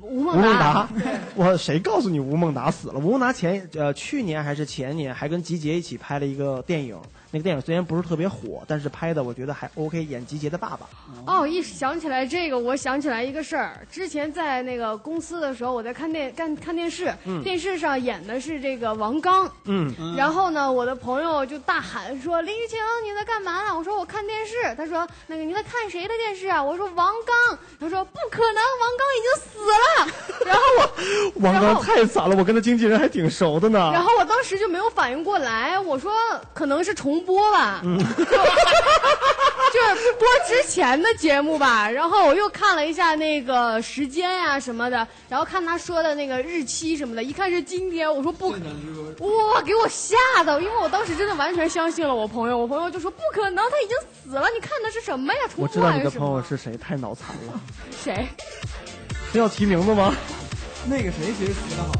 E: 吴
I: [laughs] 孟
E: 达。
I: 我谁告诉你吴孟达死了？吴孟达前呃去年还是前年还跟集结一起拍了一个电影，那个电影虽然不是特别火，但是拍的我觉得还 OK，演集结的爸爸。
E: 哦，一想起来这个，我想起来一个事儿。之前在那个公司的时候，我在看电看看电视，
I: 嗯、
E: 电视上演的是这个王刚。
I: 嗯。
E: 然后呢，我的朋友就大喊说：“林雨晴，你在干嘛呢？”我说：“我看电视。”他说：“那个你在看谁的电视啊？”我说：“王刚。”他说：“不可能，王刚已经死了。”然后我，
I: [laughs] 王刚太惨了，我跟他经纪人还挺熟的呢。
E: 然后我当时就没有反应过来，我说可能是重播吧， [laughs] 嗯、就是播之前的节目吧。然后我又看了一下那个时间呀、啊、什么的，然后看他说的那个日期什么的，一看是今天，我说不，哇，给我吓的，因为我当时真的完全相信了我朋友，我朋友就说不可能，他已经死了，你看的是什么呀？重播
I: 我知道你的朋友是谁，太脑残了。 [laughs]
E: 谁？
I: 这要提名字吗？
J: 那个谁，谁死的好？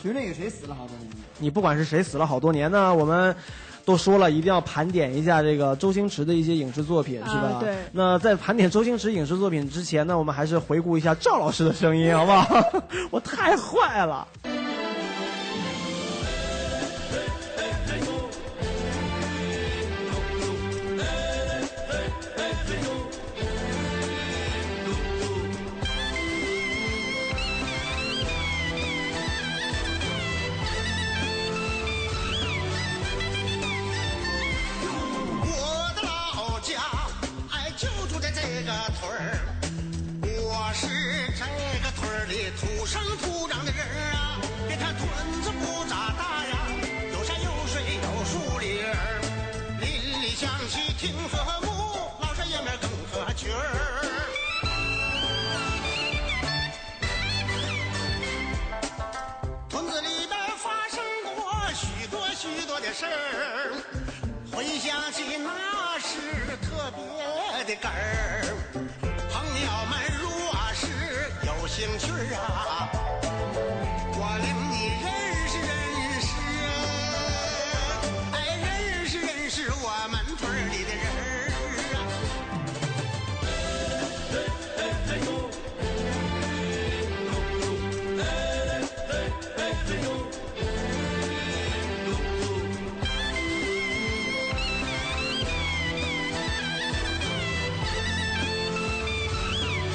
J: 其实那个谁死了好多年。
I: 你不管是谁死了好多年呢，我们都说了一定要盘点一下这个周星驰的一些影视作品，是吧？
E: 啊、对。
I: 那在盘点周星驰影视作品之前呢，我们还是回顾一下赵老师的声音，好不好？ [laughs] 我太坏了。
K: 哎啊啊兴趣啊，我领你认识认识啊。哎啊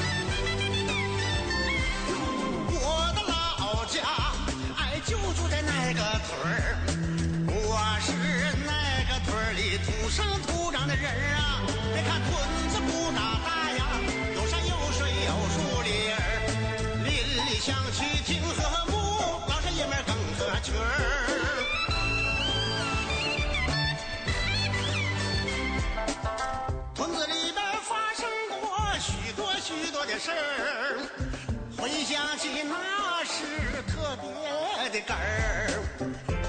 K: 哎啊想去听和睦，老少爷们儿更合群儿。屯子里边发生过许多许多的事儿，回想起那是特别的哏儿。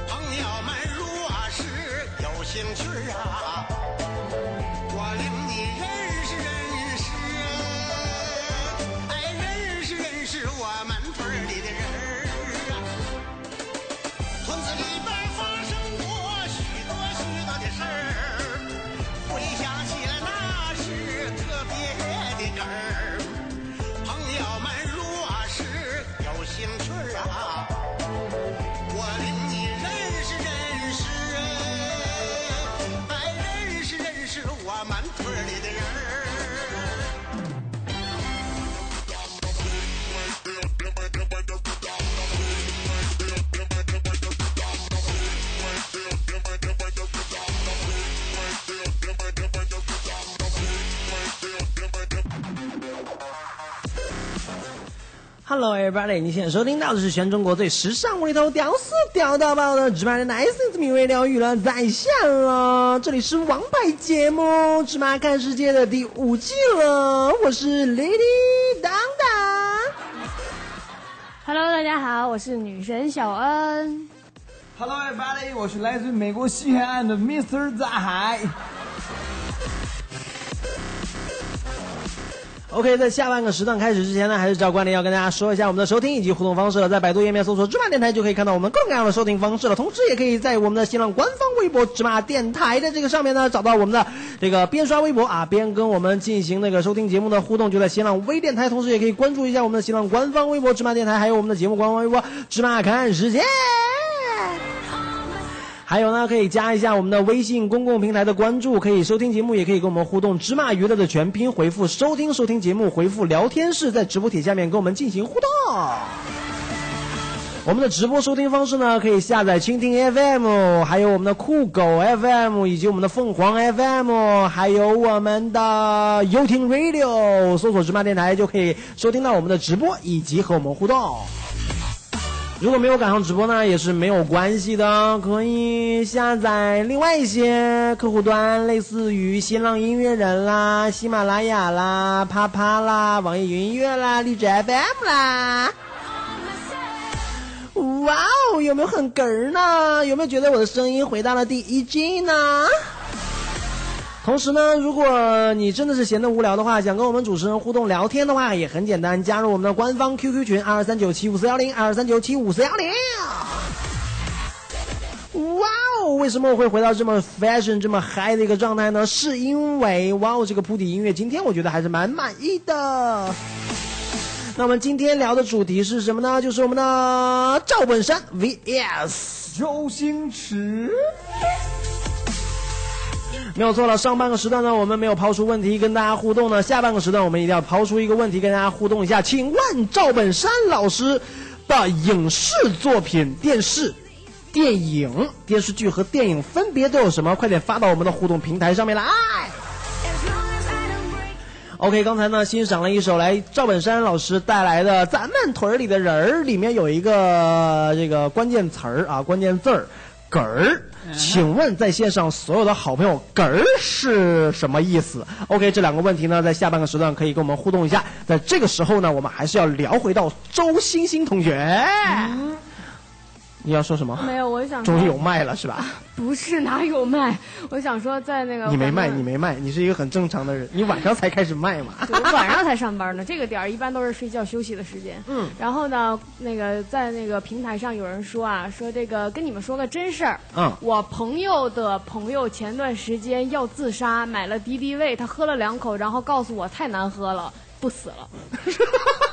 K: 朋友们若是有兴趣儿啊，我领你认识认识，哎，认识认识我们屯儿里的人儿啊。屯子里边发生过许多许多的事儿。回想起来那是特别的哏儿，朋友们若是有兴趣儿啊，我领你认识认识，哎，认识认识我们屯儿里的人儿。
I: Hello everybody，你现在收听到的是全中国最时尚无厘头、屌丝屌到爆的直白的 Nice 米味疗愈了在线了，这里是王牌节目《芝麻看世界》的第五季了，我是 Lady 当当。
E: Hello，大家好，我是女神小恩。
J: Hello everybody，我是来自美国西海岸的 Mr. 大海。
I: OK，在下半个时段开始之前呢，还是照惯例要跟大家说一下我们的收听以及互动方式了。在百度页面搜索“芝麻电台”就可以看到我们各种各样的收听方式了，同时也可以在我们的新浪官方微博“芝麻电台”的这个上面呢，找到我们的这个边刷微博啊，边跟我们进行那个收听节目的互动，就在新浪微电台，同时也可以关注一下我们的新浪官方微博“芝麻电台”，还有我们的节目官方微博“芝麻看世界”。还有呢，可以加一下我们的微信公共平台的关注，可以收听节目，也可以跟我们互动。芝麻娱乐的全拼回复“收听”，收听节目回复“聊天室”，在直播帖下面跟我们进行互动。我们的直播收听方式呢，可以下载蜻蜓 FM，还有我们的酷狗 FM，以及我们的凤凰 FM，还有我们的优听 Radio，搜索芝麻电台就可以收听到我们的直播以及和我们互动。如果没有赶上直播呢，也是没有关系的，可以下载另外一些客户端，类似于新浪音乐人啦、喜马拉雅啦、啪啪啦、网易云音乐啦、荔枝 FM 啦。哇哦，有没有很哏儿呢？有没有觉得我的声音回到了第一季呢？同时呢，如果你真的是闲得无聊的话，想跟我们主持人互动聊天的话，也很简单，加入我们的官方 QQ 群二三九七五四幺零二三九七五四幺零。哇哦，为什么我会回到这么 fashion 这么嗨的一个状态呢？是因为哇哦，这个铺底音乐今天我觉得还是蛮满意的。那我们今天聊的主题是什么呢？就是我们的赵本山 VS
J: 周星驰。
I: 没有错了，上半个时段呢，我们没有抛出问题跟大家互动呢，下半个时段我们一定要抛出一个问题跟大家互动一下。请问赵本山老师的影视作品、电视、电影、电视剧和电影分别都有什么？快点发到我们的互动平台上面来！OK，刚才呢欣赏了一首来赵本山老师带来的《咱们屯儿里的人儿》，里面有一个这个关键词儿啊，关键字儿“哏儿”。请问在线上所有的好朋友，“哏儿”是什么意思？OK，这两个问题呢，在下半个时段可以跟我们互动一下。在这个时候呢，我们还是要聊回到周星星同学。你要说什么？
E: 没有，我想说
I: 终于有麦了是吧？
E: 不是哪有卖？我想说在那个
I: 你没
E: 卖，
I: 卖，你没卖，你是一个很正常的人。你晚上才开始卖
E: [laughs]
I: 嘛？
E: 对我晚上才上班呢，这个点儿一般都是睡觉休息的时间。
I: 嗯
E: 然后呢，那个在那个平台上有人说啊，说这个跟你们说个真事儿。
I: 嗯
E: 我朋友的朋友前段时间要自杀，买了敌敌畏，他喝了两口，然后告诉我太难喝了，不死
I: 嗯
E: 了。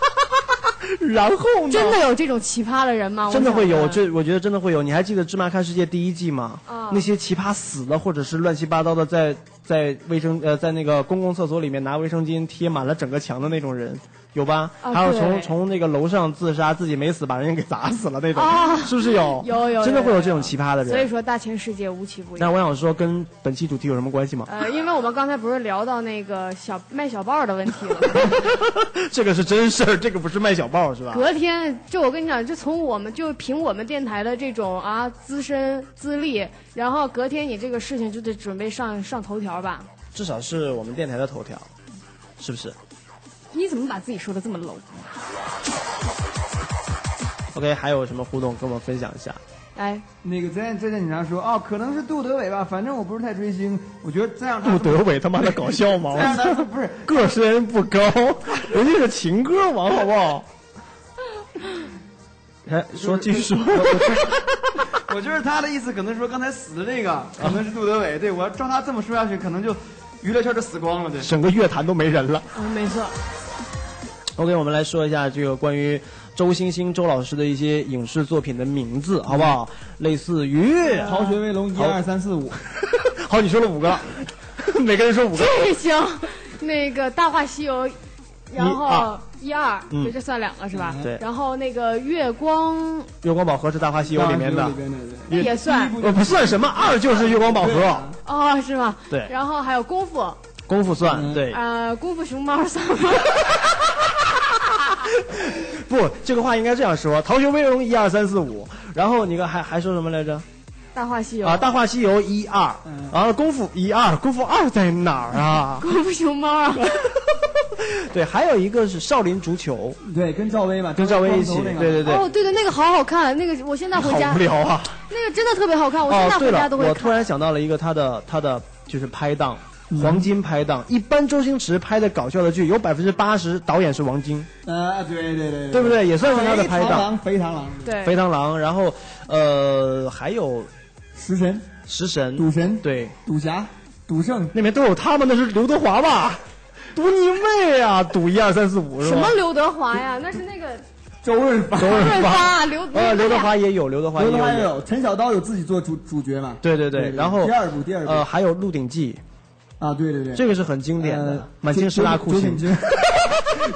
I: 然后呢？
E: 真的有这种奇葩的人吗？我
I: 真的会有，
E: 想问
I: 这我觉得真的会有。你还记得《芝麻看世界》第一季吗？
E: 啊
I: 那些奇葩死了或者是乱七八糟的在，在卫生呃在那个公共厕所里面拿卫生巾贴满了整个墙的那种人，有吧？
E: 啊
I: 还有
E: 对
I: 从从那个楼上自杀，自己没死，把人给砸死了那种，
E: 啊
I: [laughs] 是不是有？
E: [laughs] 有有
I: 真的
E: 有
I: 会有
E: 有
I: 这种奇葩的人。
E: 所以说大千世界无奇不有。
I: 那我想说，跟本期主题有什么关系
E: [laughs]
I: 吗？
E: 呃，因为我们刚才不是聊到那个小卖小报的问题了，
I: [laughs] 这个是真事儿，这个不是卖小报是吧？
E: 隔天就我跟你讲，就从我们就凭我们电台的这种啊资深资历，然后隔天你这个事情就得准备上上头条吧？
I: 至少是我们电台的头条，是不是
E: 你怎么把自己说的这么 low？
I: ？OK，还有什么互动跟我们分享一下？
E: [laughs] 哎，
J: 那个在在在警察说啊、可能是杜德伟吧，反正我不是太追星，我觉得这样
I: 杜德伟他妈的搞笑
E: [laughs]
I: 吗？
J: 这样他不是
I: 个儿虽然不高，人家是情歌王，好不好？ [laughs] 哎，说继续说，
J: [laughs] 我就是他的意思，可能说刚才死的这个可能是杜德伟，对我要照他这么说下去，可能就娱乐圈就死光了，对。
I: 整个乐坛都没人了。
E: 嗯，没错。
I: OK，我们来说一下这个关于周星星周老师的一些影视作品的名字，好不好？类似于《
J: 逃学威龙》一
I: 嗯好
J: 二三四五，
I: 好，你说了五 [laughs] 个了，每个人说五个。
E: 这行，那个《大话西游》，然
I: 一
E: 后
I: 二
E: 一二，
I: 嗯
E: 就这算两个是吧？
I: 嗯对
E: 然后那个月光
I: 月光宝盒是《大话西游》里面的，
E: 那也 [laughs] 算
I: 我不算什么，二就是月光宝盒，
E: 哦，是吗？
I: 对
E: 然后还有功夫，
I: 功夫算对。
E: 呃，功夫熊猫算 [laughs] 吗？
I: 不，这个话应该这样说：《逃学威龙》一二三四五，然后你看还还说什么来着？
E: 大话西游
I: 啊，《大话西游》一二，
E: 嗯
I: 然后《功夫》一二，《功夫二》在哪儿啊？ [laughs]
E: 功夫熊猫啊，
I: 对，还有一个是《少林足球
J: 对，跟赵薇嘛，》，
I: 跟赵薇一起，
J: 光头那
I: 对
J: 个
I: 对对。
E: 嗯哦，对对，那个好好看，那个我现在回家
I: 好无聊啊！
E: 那个真的特别好看，我现
I: 哦
E: 在，
I: 对
E: 回家
I: 了，
E: 都会
I: 我突
E: 看。
I: 然想到了一个他的他的就是拍档，
E: 嗯
I: 黄金拍档。一般周星驰拍的搞笑的剧，有百分之八十导演是王晶，
J: 呃，对对对，哎
I: 对不对也算是他的拍档
J: 肥螳螂，肥螳螂，
E: 对
I: 肥螳螂，然后呃还有
J: 食神、
I: 食神、
J: 赌神、
I: 对，
J: 赌侠、赌圣，
I: 那边都有他们，那是刘德华
J: [laughs]
I: 吧？赌你妹啊！赌一二三四五是
E: 什
I: 吧
E: 么？刘德华呀？那是那
I: [laughs]
E: 个
J: 周润发，
I: 周
E: 润
I: 润
E: 发、啊刘
I: 呃，刘德华也有，刘德华也
J: 刘德华也
I: 有。
J: 有，陈小刀有自己做主主角嘛？
I: 对对对，然后
J: 第二部，第二部
I: 呃，还有《鹿鼎记
J: 啊，对对对，》，
I: 这个是很经典的
J: 呃，
I: 满清十大
J: 九
I: 酷刑
J: 九。品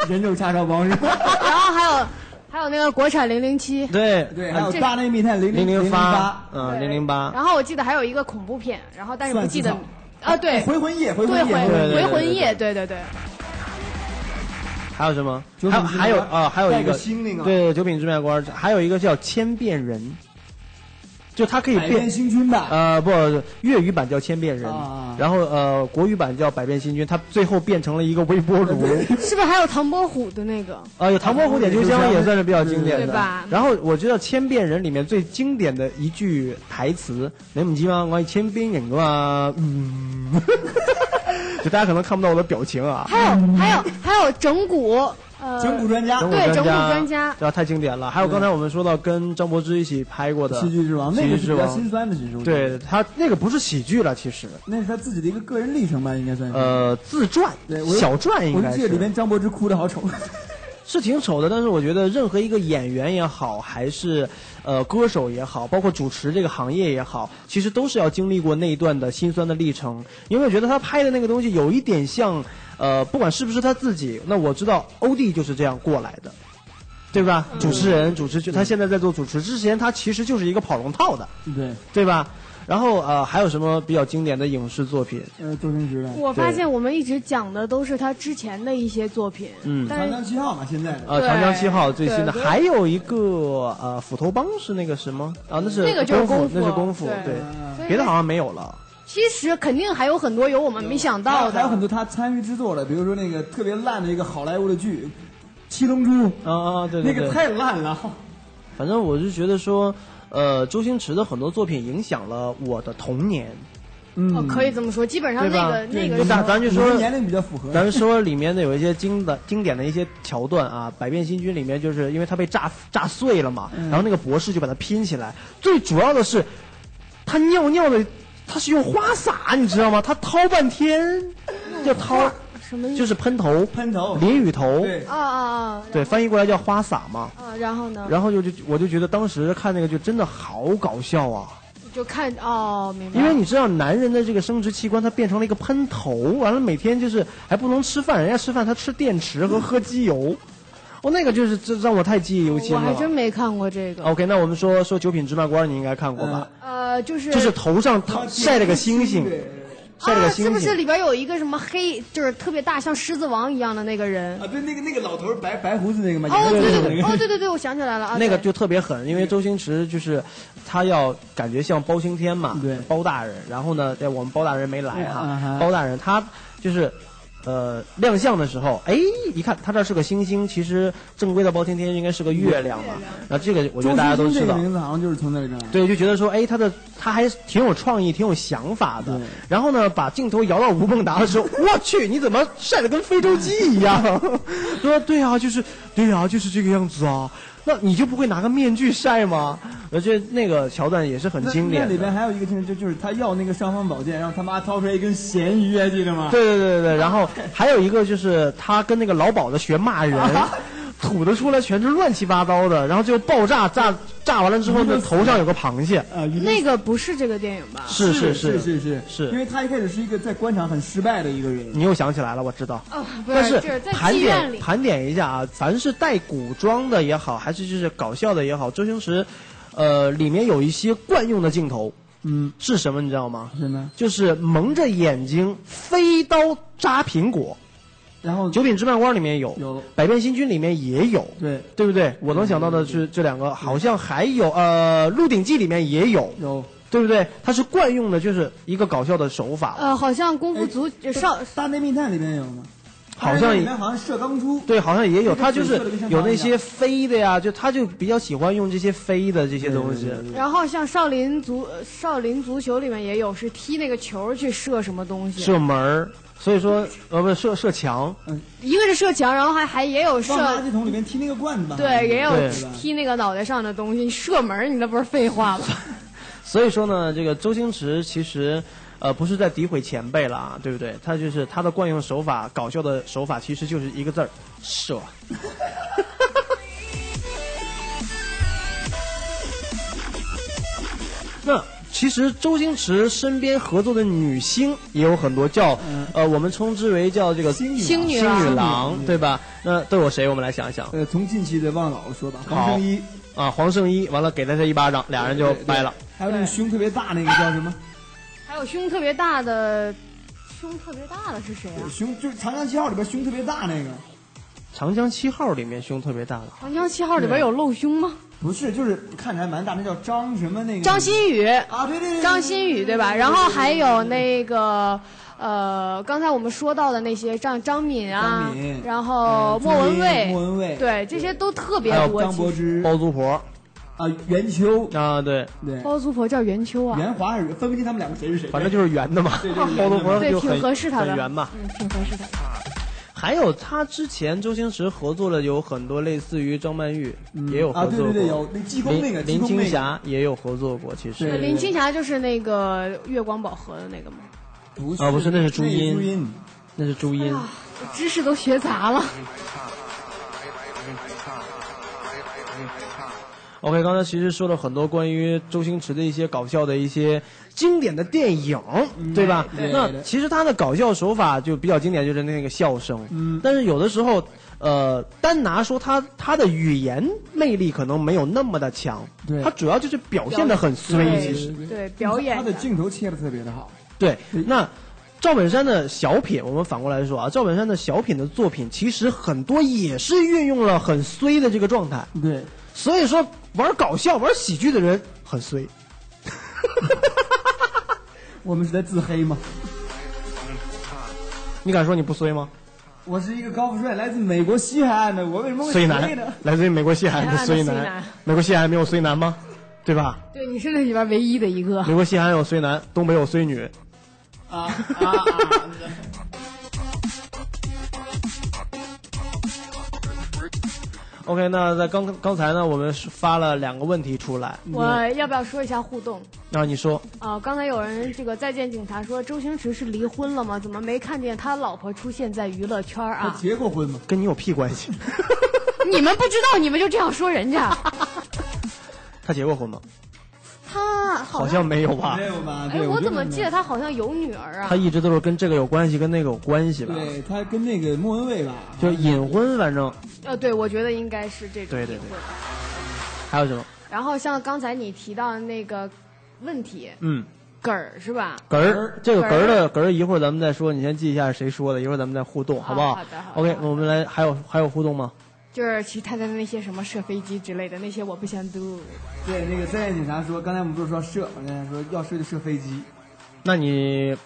J: 芝 [laughs] 人肉叉烧包是吧？
E: 然后还有还有那个国产零零七，
I: 对，
J: 对，还有
E: 这
J: 大内密探零
I: 零
J: 零
I: 零
J: 八
I: 八，，嗯，零零八，
E: 然后我记得还有一个恐怖片，然后但是不记得
J: 算计
E: 啊，对，
J: 回魂夜，回
E: 对
J: 魂夜，
I: 对
E: 回
I: 对
E: 回
I: 对
E: 魂
I: 对
E: 夜，对对对，
I: [laughs] 还有什么？还
J: 九
I: 有
J: 品芝麻
I: 还有
J: 官
I: 啊，还有
J: 带
I: 一个
J: 个星那个
I: 对对，九品芝麻官，还有一个叫千变人，就他可以
J: 百变
I: 变。
J: 星君吧？
I: 呃，不，粤语版叫《千变人》
J: 啊
I: 然后呃，国语版叫《百变星君》，他最后变成了一个微波
J: [laughs]
I: 炉。
E: 是不是还有唐伯虎的那个？
I: 呃，有《唐伯虎点秋香》也算是比较经典
E: 对
I: 的
E: 吧。
I: 然后我知道《千变人》里面最经典的一句台词，你唔知吗？我係千变人噶嘛，嗯， [laughs] 就大家可能看不到我的表情啊。
E: 还有还有还有整蛊，呃，
J: 整蛊专家，
I: 整
E: 对
I: 蛊
E: 整
I: 家，
E: 蛊专家
I: 对啊，太经典了。还有刚才我们说到跟张柏芝一起拍过的《
J: 戏剧之王，那
I: 戏
J: 个
I: 剧
J: 是
I: 之
J: 比较
I: 王
J: 心》，酸的，其实我觉得
I: 对他那个不是喜剧了，其实
J: 那是他自己的一个个人历程吧，应该算是。
I: 呃自传
J: 对，我
I: 小传应
J: 我
I: 该
J: 就记得里
I: 是
J: 面张柏芝哭的好丑， [laughs]
I: 是挺丑的，但是我觉得任何一个演员也好，还是呃歌手也好，包括主持这个行业也好，其实都是要经历过那一段的心酸的历程。因为我觉得他拍的那个东西有一点像，呃，不管是不是他自己，那我知道欧弟就是这样过来的。对吧？主持人、主持就他现在在做主持，之前他其实就是一个跑龙套的，
J: 对，
I: 对吧？然后呃，还有什么比较经典的影视作品？
J: 呃，周星驰的《
E: 我发现我们一直讲的都是他之前的一些作品，
I: 嗯
E: 但
J: 长
E: 是
J: 江七号》嘛，现在的
I: 呃，《
E: 对
I: 长江七号》最新的，
E: 对
I: 还有一个呃，《斧头帮》是那个什么啊？那是
E: 那个就是
I: 功
E: 功夫
I: 那是功夫，
E: 对所
I: 对，
E: 以
I: 别的好像没有了。
E: 其实肯定还有很多有我们没想
J: 还
E: 到
J: 有
E: 的，
J: 还有很多他参与制作的，比如说那个特别烂的一个好莱坞的剧《七龙珠》，
I: 啊啊，对
J: 那
I: 对
J: 个
I: 对，
J: 太烂了。
I: 反正我是觉得说，呃，周星驰的很多作品影响了我的童年，
E: 哦
J: 嗯，
E: 可以这么说，基本上
I: 对
E: 那
I: 吧
E: 个那
I: 对
E: 个
I: 你咋咱就说
J: 你的年龄比较符合。
I: 咱们说里面的有一些经的经典的一些桥段啊，《百变星君》里面就是因为他被炸炸碎了嘛，
J: 嗯
I: 然后那个博士就把它拼起来。最主要的是，他尿尿的他是用花洒，你知道吗？他掏半天，叫掏
E: 什么意思
I: 就是喷头，
J: 喷头
I: 淋雨头，
J: 对
E: 啊啊啊，
I: 对，翻译过来叫花洒嘛。
E: 啊，然后呢，
I: 然后就就我就觉得当时看那个就真的好搞笑啊，
E: 就看哦，明白
I: 因
E: 了，
I: 为你知道男人的这个生殖器官它变成了一个喷头，完了每天就是还不能吃饭，人家吃饭他吃电池和喝机油。哦，那个就是这让我太记忆犹新
E: 我
I: 了。哦
E: 还真没看过这个。
I: OK，那我们说说九品芝麻官，你应该看过吧？
E: 呃，就是
I: 就是头上他哦晒了个星星，晒了个
E: 啊，
I: 星
E: 是不
I: 星
E: 是。里边有一个什么黑，就是特别大，像狮子王一样的那个人？
J: 啊，对，那个那个老头儿白白胡子那个嘛，
E: 哦，
J: 也
E: 对
J: 是
E: 对
J: 那
E: 对，
J: 个
E: 哦，对对对，我想起来了啊，
I: 那个
E: 对
I: 就特别狠，因为周星驰就是他要感觉像包青天嘛，对，包大人。然后呢，对哎我们包大人没来
J: 嗯
I: 哈
J: 嗯，
I: 包大人他就是。呃，亮相的时候，哎，一看他这是个星星，其实正规的包青天应该是个月亮嘛。然后这个我觉得大家都
J: 周星
I: 知
J: 星这
I: 道
J: 个，名字好像就是从那里边来的。
I: 对，就觉得说，哎，他的他还挺有创意，挺有想法
J: 嗯
I: 的。然后呢，把镜头摇到吴孟达的时候，我去，你怎么晒得跟非洲鸡一样？ [laughs] 说对啊，就是对啊，就是这个样子啊。那你就不会拿个面具晒吗？而且那个桥段也是很
J: 那
I: 经典
J: 那
I: 的。
J: 里边还有一个情节，就就是他要那个尚方宝剑，然后他妈掏出来一根咸鱼，还记得吗？
I: 对对对对对，然后还有一个就是他跟那个老鸨子学骂
J: [laughs]
I: 人，吐的出来全是乱七八糟的，然后就爆炸炸炸完了
J: 嗯
I: 之后呢，头上有个螃蟹。
J: 啊，一
E: 那个不是这个电影吧？
I: 是
J: 是
I: 是
J: 是是
I: 是
J: 因为他一开始是一个在官场很失败的一个人。
I: 你又想起来了，我知道。
E: 哦，不
I: 但是
E: 这在
I: 盘
E: 妓院
I: 点
E: 里。
I: 盘点一下啊，凡是带古装的也好，还是就是搞笑的也好，周星驰，呃，里面有一些惯用的镜头
J: 嗯，
I: 是什么？你知道吗？
J: 什么？
I: 就是蒙着眼睛飞刀扎苹果。
J: 然后《
I: 九品芝麻官》里面有，
J: 有
I: 百变星君》里面也有，
J: 对
I: 对不对？我能想到的是这两个，好像还有呃，《鹿鼎记》里面也有，
J: 有
I: 对不对？它是惯用的，就是一个搞笑的手法。
E: 呃，好像功夫足
I: 哎
E: 呃
J: 大
E: 少
J: 哎大内密探》里面有吗？
I: 好像
J: 大内
I: 也
J: 密探里面好像射钢珠。
I: 对，好像也有，
J: 那个
I: 他就
J: 紫
I: 是
J: 色的跟像
I: 有
J: 糖
I: 那
J: 一
I: 些
J: 样
I: 飞的呀，就他就比较喜欢用这些飞的这些东西。
E: 然后像少林足呃少林足球里面也有，是踢那个球去射什么东西，
I: 射门儿，所以说呃不是射射墙，
E: 一个是射墙，然后还还也有
J: 放垃
E: 射，
J: 圾桶里面踢那个罐子。
E: 对，也有
I: 对
E: 踢那个脑袋上的东西，射门儿你那不是废话
J: [laughs]
E: 吗？
I: 所以说呢，这个周星驰其实呃不是在诋毁前辈了啊，对不对？他就是他的惯用手法，搞笑的手法其实就是一个字儿射。 [laughs] 那其实周星驰身边合作的女星也有很多叫，呃，我们称之为叫这个星
E: 星女
I: 女
E: 郎
I: 郎
J: 星女，郎
I: 对吧？那都有谁？我们来想一想。
J: 呃，从近期的忘老说吧，
I: 好
J: 黄圣依，
I: 啊，黄圣依，完了给了他一巴掌，俩人就掰了。
J: 还有那个胸特别大那个叫什么？
E: 还有胸特别大的，胸特别大的是谁啊？
J: 胸就是《长江七号》里边胸特别大那个。
I: 长江七号里面胸特别大的，
E: 长江七号里边有露胸吗？
J: 不是，就是看着还蛮大，那叫张什么那个？
E: 张馨予
J: 啊，对对对，
E: 张馨予对吧？然后还有那个。呃，刚才我们说到的那些张张敏啊，
J: 张敏
E: 然后
J: 嗯
E: 莫文蔚，
J: 朱茵莫文蔚
E: 对，这些都特别
I: 还有
E: 多。
J: 张柏芝
I: 包租婆
J: 啊，袁秋，
I: 啊，对，
J: 对，
E: 包租婆叫袁秋啊，
J: 袁华还是分不清他们两个谁是谁。
I: 反正就是圆的嘛，
J: 对对对
I: 包租婆
E: 对，
I: 就很
E: 挺合适他的，
I: 很圆嘛。
E: 嗯，挺合适他的。
I: 还有他之前周星驰合作了有很多类似于张曼玉也有
J: 啊，
I: 合
J: 对
I: 作过，
J: 对对，有那济公那个，
I: 林林
J: 济公那
I: 青
J: 个
I: 霞也有合作过，其
J: 对
I: 实
J: 对
E: 林青霞就是那个月光宝盒的那个吗？
J: 不是
I: 啊不是那是朱
J: 朱
I: 茵
J: 茵，
I: 那是朱
J: 嗯
I: 茵。
E: 我啊知识都学杂了。
I: OK，刚才其实说了很多关于周星驰的一些搞笑的一些经典的电影，对吧？
J: 嗯对
I: 那
J: 对
I: 其实他的搞笑手法就比较经典，就是那个笑声。
J: 嗯
I: 但是有的时候，呃，单拿说他他的语言魅力可能没有那么的强，
J: 对
I: 他主要就是表现的很衰，
E: 对
I: 其实
E: 对表演
J: 他的镜头切的特别的好。
I: 对。那赵本山的小品，我们反过来说啊，赵本山的小品的作品，其实很多也是运用了很衰的这个状态。
J: 对，
I: 所以说，玩搞笑、玩喜剧的人很衰。
J: 我们是在自黑吗？
I: 你敢说你不衰吗？
J: 我是一个高富帅，来自美国西海岸的，我为什么会
I: 衰
J: 黑
I: 男
J: 呢？
I: 来自于美国西海岸的衰
E: 西海岸的衰
I: 男
E: 男，
I: 美国西海岸没有衰男吗？对吧？
E: 对，你是那里边唯一的一个
I: 美。国西海岸有衰男，东北有衰女。
J: 啊啊！啊
I: OK，那在刚刚才呢，我们是发了两个问题出来，
E: 我要不要说一下互动？
I: 然后你说
E: 啊、刚才有人这个再见警察说周星驰是离婚了吗？怎么没看见他老婆出现在娱乐圈儿
J: 他
E: 啊？
J: 结过婚吗？
I: 跟你有屁关系？
E: 你们不知道，你们就这样说人家。
I: 他结过婚吗？
E: [laughs] 他
I: 好像没有吧？
J: 没有吧？
E: 哎，我怎么记得他好像有女儿啊？
I: 他一直都是跟这个有关系，跟那个有关系吧？
J: 对他跟那个莫文蔚吧，
I: 就隐婚，反正。
E: 呃，对，我觉得应该是这种。
I: 对对对。还有什么？
E: 然后像刚才你提到那个问题，
I: 嗯，
E: 梗儿是吧？
I: 梗儿，这个梗儿的梗儿，一会儿咱们再说。你先记一下谁说的，一会儿咱们再互动，好不
E: 好？
I: 好
E: 的，好。
I: OK，我们来，还有还有互动吗？
E: 就是其他的那些什么射飞机之类的那些我不想 do。
J: 对，那个在线警察说，刚才我们不是说射，我刚才说要射就射飞机。
I: 那你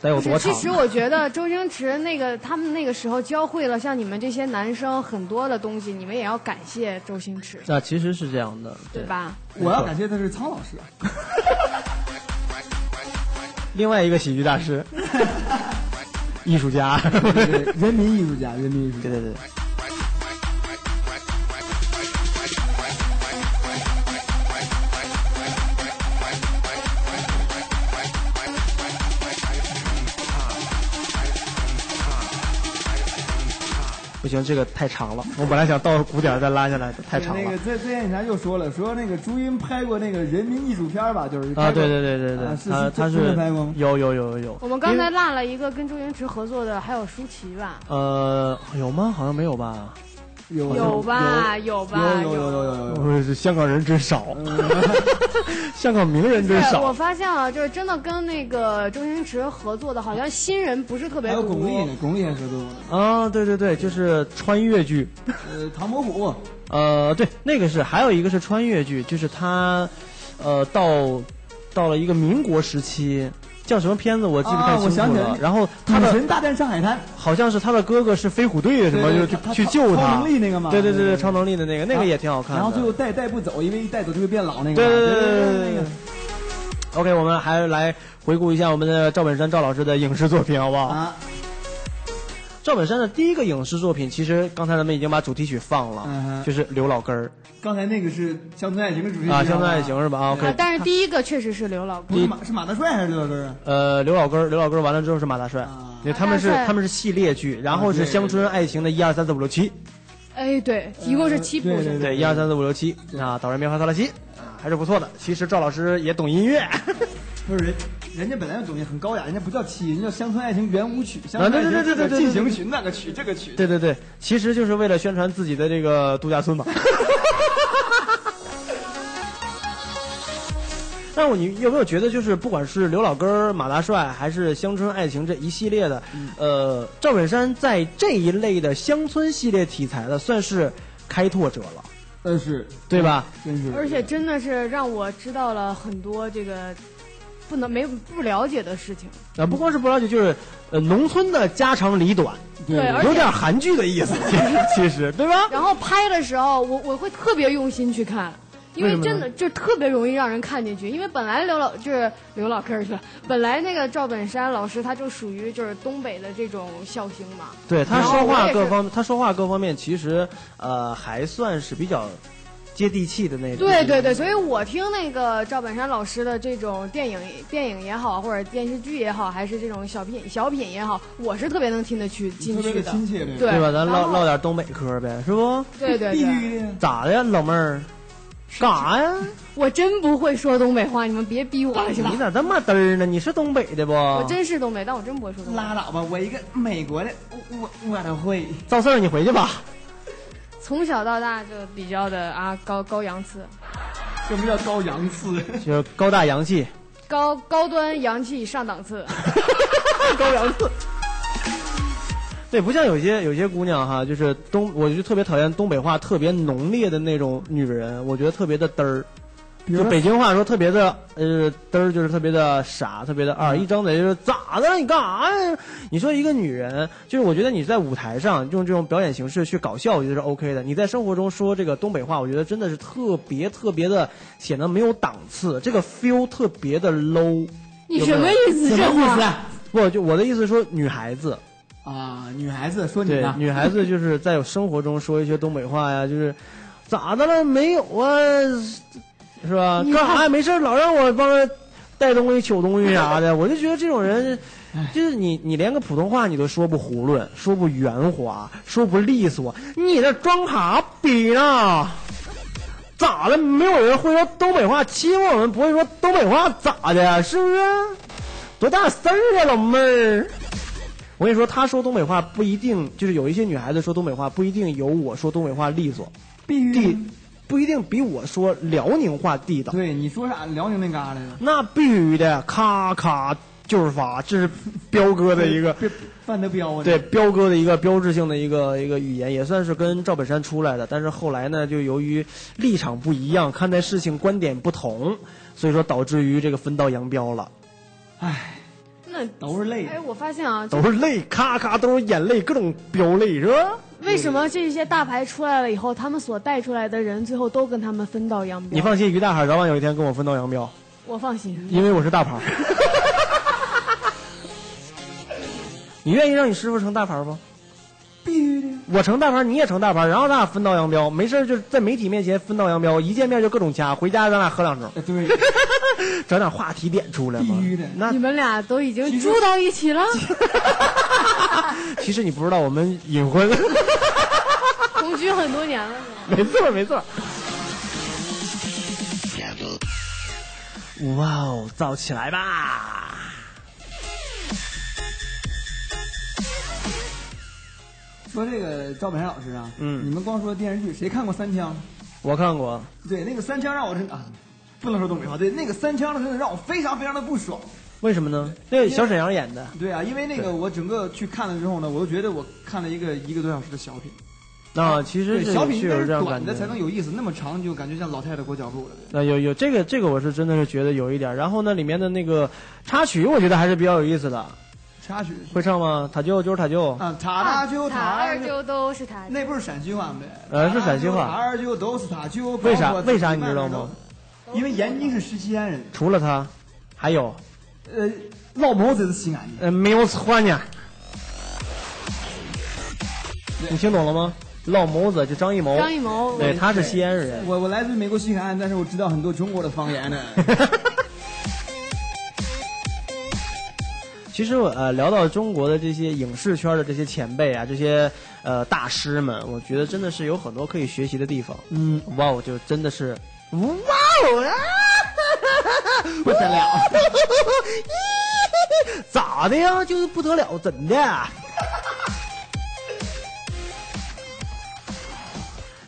I: 得有多长？
E: 其实我觉得周星驰那个他们那个时候教会了像你们这些男生很多的东西，你们也要感谢周星驰。
I: 啊，其实是这样的，
E: 对吧？
J: 我要感谢的是苍老师，
I: 另外一个喜剧大 [laughs] 师，艺术家，
J: 人民艺术家，人民艺术家，
I: 对对对。不行，这个太长了。我本来想到鼓点儿再拉下来的，太长
J: 那
I: 了
J: 个。在在线警察又说了，说那个朱茵拍过那个人民艺术片儿吧，就是
I: 啊，对对对对对
J: 啊，是
I: 他他
J: 是
I: 是
J: 拍过吗？
I: 有有有有有。
E: 我们刚才落了一个跟周星驰合作的，还有舒淇吧？
I: 呃，有吗？好像没有吧。
J: 有
E: 有吧？有吧？
J: 有有有有有有。
I: 我是呃香港人真少， [laughs] 香港名人真
E: 对，我
I: 少。
E: 发现了，就是真的跟那个周星驰合作的，好像新人不是特别
J: 还有
E: 多。
J: 巩俐呢，巩俐还合作过呢。
I: 啊，对对对，就是穿越剧。
J: 呃，唐伯虎，
I: 呃，对，那个是，还有一个是穿越剧，就是他，呃，到到了一个民国时期，叫什么片子哦我记不太
J: 啊
I: 清
J: 我想
I: 楚
J: 起来
I: 了。
J: 了
I: 然后他
J: 女
I: 的
J: 神大战上海滩，
I: 好像是他的哥哥是飞虎队的什么，
J: 对对
I: 就
J: 他
I: 去去
J: 他
I: 救
J: 超
I: 他。
J: 能力那个嘛
I: 对对对
J: 对
I: 对，
J: 对
I: 超能力的那个，那个也挺好看的。
J: 然后最后带带不走，因为一带走就会变老那个嘛。
I: 对对对
J: 对
I: 对对
J: 那
I: 对
J: 个。
I: OK，我们还来回顾一下我们的赵本山赵老师的影视作品，好不好？
J: 啊，
I: 赵本山的第一个影视作品，其实刚才咱们已经把主题曲放了，
J: 嗯哼
I: 就是《刘老根儿
J: 刚才那个是《乡村爱情》的主题曲》
I: 啊，《乡村爱情》是吧？啊
E: 啊
I: ，OK，，
E: 但是第一个确实是刘老
J: 不是
E: 根。
J: 马是马大帅还是刘老根啊？
I: 呃，刘老根儿，刘老根儿完了之后是马大帅，对，他们是
E: 马大帅
I: 他们是系列剧，然后是《乡村爱情》的一二三四五六七，
E: 哎，对，一共是七部。
J: 对
E: 是
J: 对
E: 吧
I: 对，一二三四五六七啊，导人棉花糖拉西啊，还是不错的。其实赵老师也懂音乐，
J: 不是人，人家本来就东西很高雅，人家不叫七，人家叫《乡村爱情圆舞曲》，乡
I: 啊
J: 村
I: 对
J: 爱情
I: 对对对对对
J: 进行曲，那个曲，这个曲，
I: 对对对，其实就是为了宣传自己的这个度假村
E: [laughs]
I: 嘛。但我你有没有觉得，就是不管是刘老根儿、马大帅，还是《乡村爱情》这一系列的，
E: 嗯
I: 呃，赵本山在这一类的乡村系列题材的，算是开拓者了，
E: 嗯
J: 但是
I: 对吧？
J: 真是，
E: 而且真的是让我知道了很多这个不能没不了解的事情。
I: 啊、不光是不了解，就是呃，农村的家长里短，
J: 对
E: 对而且
I: 有点韩剧的意思，其实其实对吧？
E: 然后拍的时候，我我会特别用心去看。因为
I: 为什么呢
E: 真的就特别容易让人看进去，因为本来刘老就是刘老根儿去了，本来那个赵本山老师他就属于就是东北的这种笑星嘛，
I: 对他
E: 然后
I: 说
E: 我
I: 话
E: 也
I: 各
E: 是
I: 方，他说话各方面其实呃还算是比较接地气的那种。
E: 对对对，所以我听那个赵本山老师的这种电影电影也好，或者电视剧也好，还是这种小品小品也好，我是特别能听得去进
J: 特别
E: 去
J: 的
E: 的。
J: 亲切，这个
E: 对
I: 对吧？咱
E: 然
I: 唠
E: 后
I: 唠点东北嗑呗，是不？
E: 对
J: [laughs]
E: 对
J: 必
E: 对，
J: 须的。
I: 咋的呀，老妹儿？干啥呀？
E: 我真不会说东北话，你们别逼我了，行吗
I: 你？咋这么嘚儿呢？你是东北的不？
E: 我真是东北，但我真不会说东北。
J: 拉倒吧，我一个美国的，我我我都会。
I: 赵四儿，你回去吧。
E: 从小到大就比较的啊高高洋次，
J: 什么叫高洋次？
I: 就是高大洋气，
E: 高高端洋气上档次。
I: 高洋次。对，不像有些有些姑娘哈，就是东，我就特别讨厌东北话特别浓烈的那种女人，我觉得特别的嘚儿。
J: 比
I: 就北京话说特别的呃嘚儿，就是特别的傻，特别的二，一张嘴就是咋的？你干啥呀？你说一个女人，就是我觉得你在舞台上用这种表演形式去搞笑，我觉得是 OK 的。你在生活中说这个东北话，我觉得真的是特别特别的显得没有档次，这个 feel 特别的 low。
E: 你什么意思？这话？
I: 不，就我的意思是说，女孩子
J: 啊？女孩子说你
I: 对
J: 呢？
I: 女孩子就是在生活中说一些东北话呀，就是咋的了没有啊，是吧？
E: 你
I: 干啥
E: 看
I: 呀？没事儿老让我帮他带东西、取东西啥
E: [laughs]
I: 的，我就觉得这种人，就是你你连个普通话你都说不囫囵，说不圆滑，说不利索，你这装啥逼呢？咋了？没有人会说东北话，欺负我们不会说东北话咋的？是不是？多大事儿啊，老妹儿！我跟你说，她说东北话不一定，就是有一些女孩子说东北话不一定有我说东北话利索，地不一定比我说辽宁话地道。
J: 对，你说啥？辽宁那旮旯的，
I: 那必须的，咔咔就是发，这是彪哥的一个。
J: 范德彪啊，
I: 对，彪哥的一个标志性的一个一个语言，也算是跟赵本山出来的。但是后来呢，就由于立场不一样，看待事情观点不同，所以说导致于这个分道扬镳了。唉，
E: 那
J: 都是泪。
E: 哎，我发现啊，就
I: 都是泪，咔咔都是眼泪，各种飙泪，是吧？
E: 为什么这些大牌出来了以后，他们所带出来的人，最后都跟他们分道扬镳？
I: 你放心，于大海早晚有一天跟我分道扬镳，
E: 我放心，
I: 因为我是大
J: [laughs]
I: 牌。你愿意让你师傅成大牌不？
J: 必须的。
I: 我成大牌，你也成大牌，然后咱俩分道扬镳。没事儿就是在媒体面前分道扬镳，一见面就各种掐。回家咱俩喝两盅，
J: 对，
I: 整点话题点出来嘛。
J: 必须的。
I: 那
J: [laughs]
E: 你们俩都已经住到一起了，
I: [laughs] 其实你不知道，我们隐婚。
J: [laughs]
E: 同居很多年了。
I: 没错，没错。哇哦，造起来吧！
J: 说这个赵本山老师啊，嗯，你们光说电视剧，谁看过《三枪
I: 我看过，》？
J: 对，那个《三枪》让我真的啊，不能说东北话，对，那个《三枪》真的让我非常非常的不爽。
I: 为什么呢？那小沈阳演的，
J: 对啊，因为那个我整个去看了之后呢，我就觉得我看了一个一个多小时的小品。
I: 啊，其实
J: 对
I: 是
J: 小品
I: 是
J: 应该
I: 有
J: 是
I: 这样
J: 短
I: 感觉
J: 的才。能有意思，那么长就感觉像老太太裹脚布了。
I: 那呃有有这个这个我是真的是觉得有一点儿，然后呢里面的那个插曲我觉得还是比较有意思的，
J: 插曲
I: 会唱吗？塔舅就是塔舅，
J: 啊，塔大舅
H: 塔
J: 塔
H: 二舅都是他。
J: 那不是陕西话呗？
I: 呃是陕西话
J: 塔二舅都是塔舅。
I: 为啥
J: 包括
I: 为啥你知道吗？
J: 因为燕京是石西安人，
I: 除了他，还有
J: 呃，老毛子是西安
I: 呃没有错呢，你听懂了吗？老谋子就张艺谋，
E: 张艺谋
I: 对，他是西安人。
J: 人。我我来自美国西海岸，但是我知道很多中国的方言呢。
I: 嗯其实我呃聊到中国的这些影视圈的这些前辈啊，这些呃大师们，我觉得真的是有很多可以学习的地方。
J: 嗯，
I: 哇哦，就真的是哇哦 [laughs] 啊！
J: 不得了，
I: [laughs] 咋的呀？就是不得了，怎的？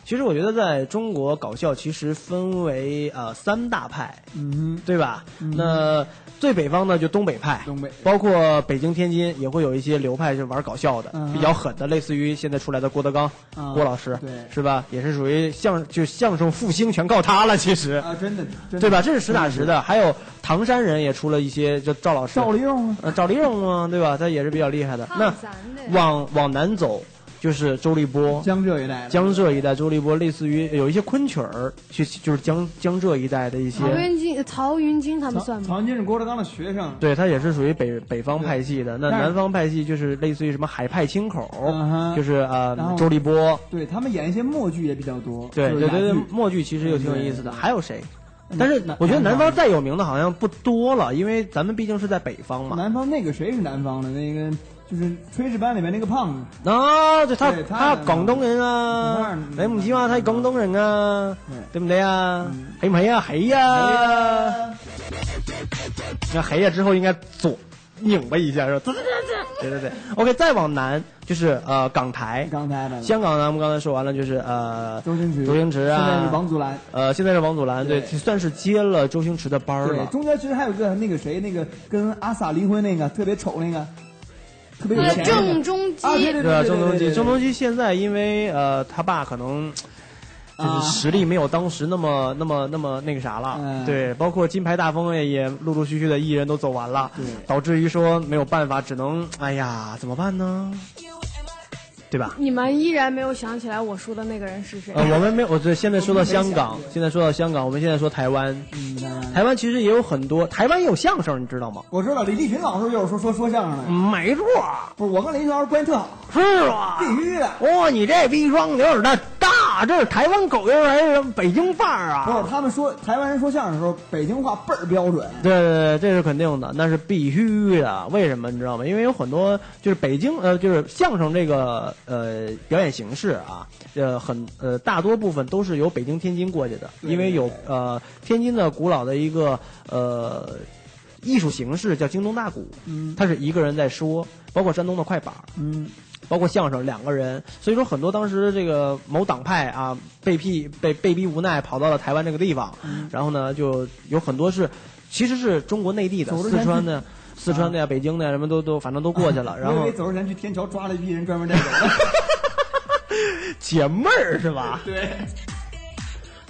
I: 其实我觉得，在中国搞笑其实分为呃三大派，
J: 嗯，
I: 对吧？那最北方呢，就东北派，
J: 东北
I: 包括北京、天津也会有一些流派是玩搞笑的，
J: 嗯
I: 比较狠的，类似于现在出来的郭德纲、
J: 啊
I: 郭老师，
J: 对
I: 是吧？也是属于相就相声复兴全靠他了，其实，
J: 啊，真的，真的
I: 对吧？这是实打实的。还有唐山人也出了一些，就赵老师、
J: 赵丽蓉啊，
I: 呃赵丽蓉啊，对吧？他也是比较厉害的。那往往南走就是周立波。
J: 嗯江浙一带的，
I: 江浙一带，周立波类似于有一些昆曲儿，就就是江江浙一带的一些，
J: 啊
E: 曹云金、曹云金他们算吗？
J: 曹云金是郭德纲的学生，
I: 对，它也是属于北北方派系的。那
J: 但是
I: 南方派系就是类似于什么海派清口，
J: 嗯哼
I: 就是呃
J: 然后
I: 周立波，
J: 对他们演一些默剧也比较多，
I: 对
J: 就是
I: 对对对，
J: 哑剧
I: 默剧其实也挺有意思的。还有谁？
J: 嗯
I: 但是
J: 南
I: 我觉得
J: 南
I: 南
J: 方
I: 方再有名的好像不多了，因为咱们毕竟是在北方嘛。
J: 南方那个谁是南方的？那个就是《炊事班》里面那个胖子，
I: 啊，对他
J: 对他
I: 他
J: 南方
I: 广东人
J: 广
I: 啊
J: 东，人
I: 哎，唔知嘛，他广东人啊，对不对啊？
J: 嗯
I: 黑唔黑啊？黑呀！那黑啊呀之后应该左拧巴一下是吧？对对对，OK，再往南就是呃港台，
J: 刚才的
I: 香港咱们刚才说完了，就是呃，
J: 周星驰，
I: 周星驰啊
J: 现在是王祖蓝。
I: 呃，现在是王祖蓝，对，
J: 对
I: 就算是接了周星驰的班儿
J: 对，
I: 了。
J: 中间其实还有个那个谁，那个跟阿 sa 离婚那个特别丑那个，特别有
E: 呃，
J: 钱那个
E: 郑中基
J: 啊，对对
I: 对啊，
J: 对，
I: 郑中基，郑中
J: 基
I: 基现在因为呃，他爸可能就
J: 啊
I: 是实力没有当时那么、那么那么那个啥了，
J: 嗯
I: 对，包括金牌大风也也陆陆续续的艺人都走完了，
J: 对
I: 导致于说没有办法，只能哎呀，怎么办呢？对吧？
E: 你们依然没有想起来我说的那个人是谁？
I: 呃，我们没有，我这现在说到香
J: 我
I: 港
J: 们没想，啊
I: 现在说到香港，我们现在说台湾，
J: 嗯
I: 台湾其实也有很多，台湾也有相声，你知道吗？
J: 我知道李立群老师就是说说说相声的，
I: 没错，
J: 不是我跟李立群老师关系特好，
I: 是吧
J: 必须的。
I: 哇、你这逼双有点大哪这台湾狗这玩意儿北京范儿啊？
J: 不，他们说台湾人说相声的时候，北京话倍儿标准。
I: 对对对，这是肯定的，那是必须的。为什么你知道吗？因为有很多就是北京呃，就是相声这个呃表演形式啊，呃很呃大多部分都是由北京、天津过去的，因为有呃天津的古老的一个呃艺术形式叫京东大鼓，
J: 嗯，
I: 它是一个人在说，包括山东的快板，
J: 嗯。
I: 包括相声两个人，所以说很多当时这个某党派啊被逼被被逼无奈跑到了台湾这个地方，然后呢就有很多是其实是中国内地的
J: 走之前
I: 四川的。四川的呀、北京的呀，什么都都，反正都过去了。
J: [laughs]
I: 然
J: 我以
I: 后
J: 嗯为走之前去天桥抓了一批人专门在这儿。
I: [laughs] 解闷儿是吧？
J: 对。
I: [laughs]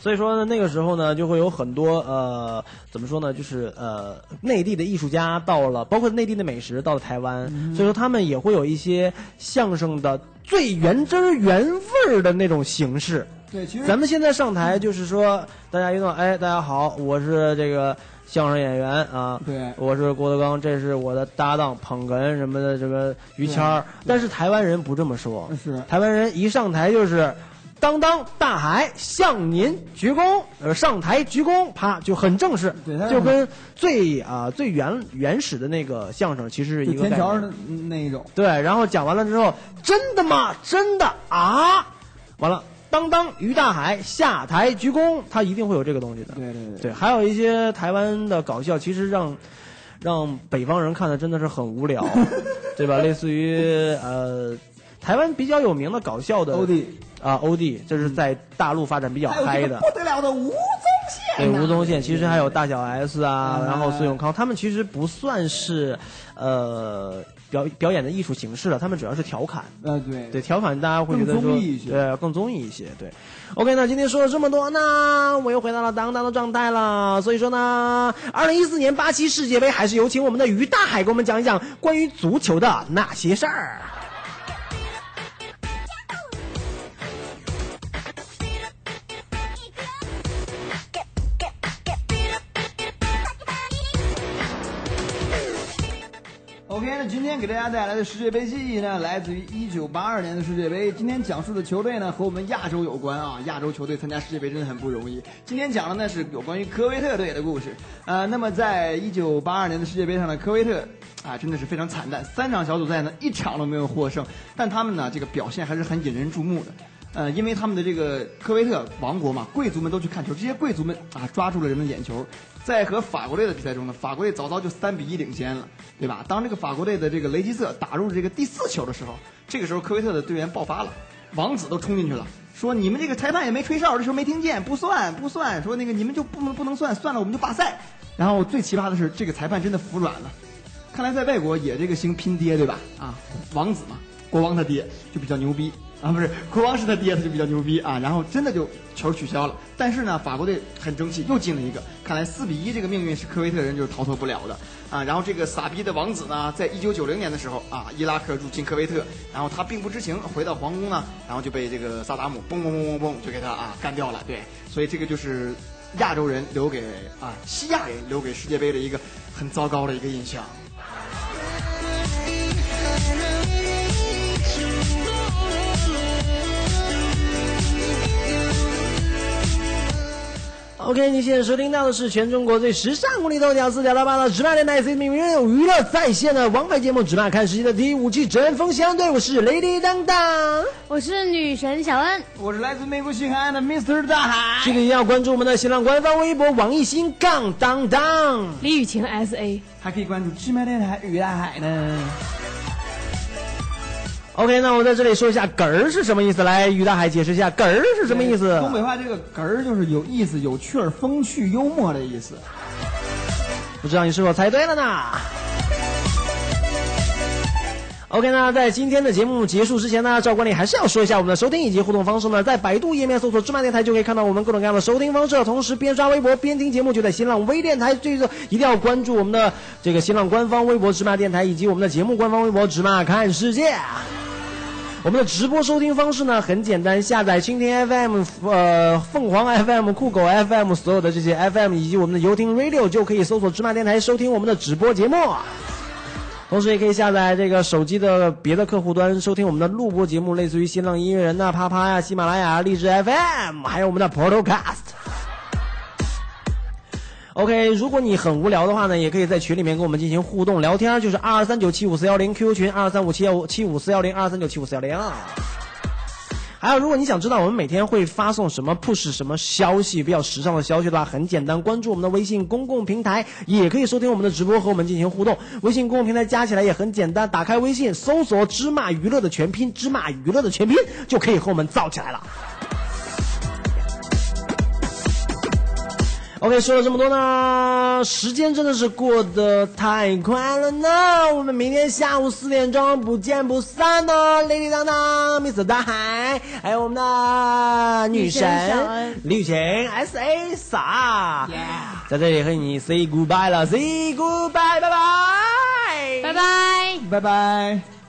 I: 所以说呢，那个时候呢，就会有很多呃，怎么说呢，就是呃，内地的艺术家到了，包括内地的美食到了台湾，所以说他们也会有一些相声的最原汁儿原味儿的那种形式。
J: 对，其实
I: 咱们现在上台就是说，大家一看，哎，大家好，我是这个相声演员啊，
J: 对，
I: 我是郭德纲，这是我的搭档捧哏什么的，什么于谦儿。但是台湾人不这么说，
J: 是
I: 台湾人一上台就是。当当大海向您鞠躬，呃，上台鞠躬，啪就很正式
J: 对他，
I: 就跟最啊、最原原始的那个相声其实是
J: 就
I: 一个
J: 天
I: 概
J: 桥
I: 念
J: 的那一种。
I: 对，然后讲完了之后，真的吗？真的啊？完了，当当于大海下台鞠躬，他一定会有这个东西的。
J: 对对对
I: 对，还有一些台湾的搞笑，其实让让北方人看的真的是很无
J: [laughs]
I: 聊，对吧？类似于呃，台湾比较有名的搞笑的
J: 欧弟
I: 啊，欧弟，这是在大陆发展比较
J: 还有
I: 嗨
J: 这
I: 的
J: 个。不得了的吴宗
I: 对
J: 宪呐，
I: 吴宗宪，其实还有大小 S 啊，
J: 嗯
I: 然后苏永康，他们其实不算是，呃，表表演的艺术形式了，他们主要是调侃。
J: 呃，对
I: 对，调侃大家会觉得
J: 更
I: 说
J: 综艺一些，
I: 对，更综艺一些，对。OK，那今天说了这么多，那我又回到了当当的状态了。所以说呢，二零一四年巴西世界杯还是有请我们的于大海给我们讲一讲关于足球的那些事儿。
J: OK，那今天给大家带来的世界杯记忆呢，来自于1982年的世界杯。今天讲述的球队呢，和我们亚洲有关啊。亚洲球队参加世界杯真的很不容易。今天讲的呢是有关于科威特队的故事。呃，那么在1982年的世界杯上呢，科威特啊真的是非常惨淡，三场小组赛呢一场都没有获胜，但他们呢这个表现还是很引人注目的。呃，因为他们的这个科威特王国嘛，贵族们都去看球，这些贵族们啊抓住了人们的眼球，在和法国队的比赛中呢，法国队早早就三比一领先了，对吧？当这个法国队的这个雷吉瑟打入这个第四球的时候，这个时候科威特的队员爆发了，王子都冲进去了，说你们这个裁判也没吹哨，这时候没听见，不算不算，说那个你们就不能不能算，算了我们就罢赛。然后最奇葩的是，这个裁判真的服软了。看来在外国也这个兴拼爹，对吧？啊，王子嘛，国王他爹就比较牛逼啊，不是国王是他爹，他就比较牛逼啊。然后真的就球取消了，但是呢，法国队很争气，又进了一个。看来四比一这个命运是科威特人就是逃脱不了的啊。然后这个傻逼的王子呢，在一九九零年的时候啊，伊拉克入侵科威特，然后他并不知情，回到皇宫呢，然后就被这个萨达姆嘣嘣嘣嘣嘣就给他啊干掉了。对，所以这个就是亚洲人留给啊西亚人留给世界杯的一个很糟糕的一个印象。
I: OK，你现在收听到的是全中国最时尚、无厘头、屌丝、屌到爆的直麦电台 C 名人有娱乐在线的王牌节目《直麦看世界》的第五季针锋相对，我是 Lady 当当。
L: 我是女神小恩，
J: 我是来自美国西海岸的 Mr 大海。
I: 记得一定要关注我们的新浪官方微博网易新杠当当。
E: 李雨晴 S A，
J: 还可以关注芝麻电台与大海呢。
I: OK，那我在这里说一下“哏儿”是什么意思，来于大海解释一下“哏儿”是什么意思
J: 东。北话这个“哏儿”就是有意思、有趣儿、风趣、幽默的意思。
I: 不知道你是否猜对了呢？OK，那在今天的节目结束之前呢，照惯例还是要说一下我们的收听以及互动方式呢。在百度页面搜索“芝麻电台”就可以看到我们各种各样的收听方式，同时边刷微博边听节目，就在新浪微电台。这个一定要关注我们的这个新浪官方微博“芝麻电台”以及我们的节目官方微博“芝麻看世界”。我们的直播收听方式呢很简单，下载蜻蜓 FM、呃凤凰 FM、酷狗 FM 所有的这些 FM 以及我们的游听 Radio 就可以搜索芝麻电台收听我们的直播节目。同时也可以下载这个手机的别的客户端收听我们的录播节目，类似于新浪音乐人呐、啪啪呀、喜马拉雅、荔枝 FM，还有我们的 Podcast。OK，如果你很无聊的话呢，也可以在群里面跟我们进行互动聊天，就是二三九七五四幺零 QQ 群二三五七幺五七五四幺零二三九七五四幺零。还有，如果你想知道我们每天会发送什么 push 什么消息，比较时尚的消息的话，很简单，关注我们的微信公共平台，也可以收听我们的直播和我们进行互动。微信公共平台加起来也很简单，打开微信搜索“芝麻娱乐”的全拼，“芝麻娱乐”的全拼就可以和我们造起来了。OK，说了这么多呢，时间真的是过得太快了呢。我们明天下午四点钟不见不散呢。叮叮当当，Mr 大海，还有我们的女神李雨晴，S A 傻，在这里和你 say goodbye 了，say goodbye，拜拜，
L: 拜拜，
J: 拜拜。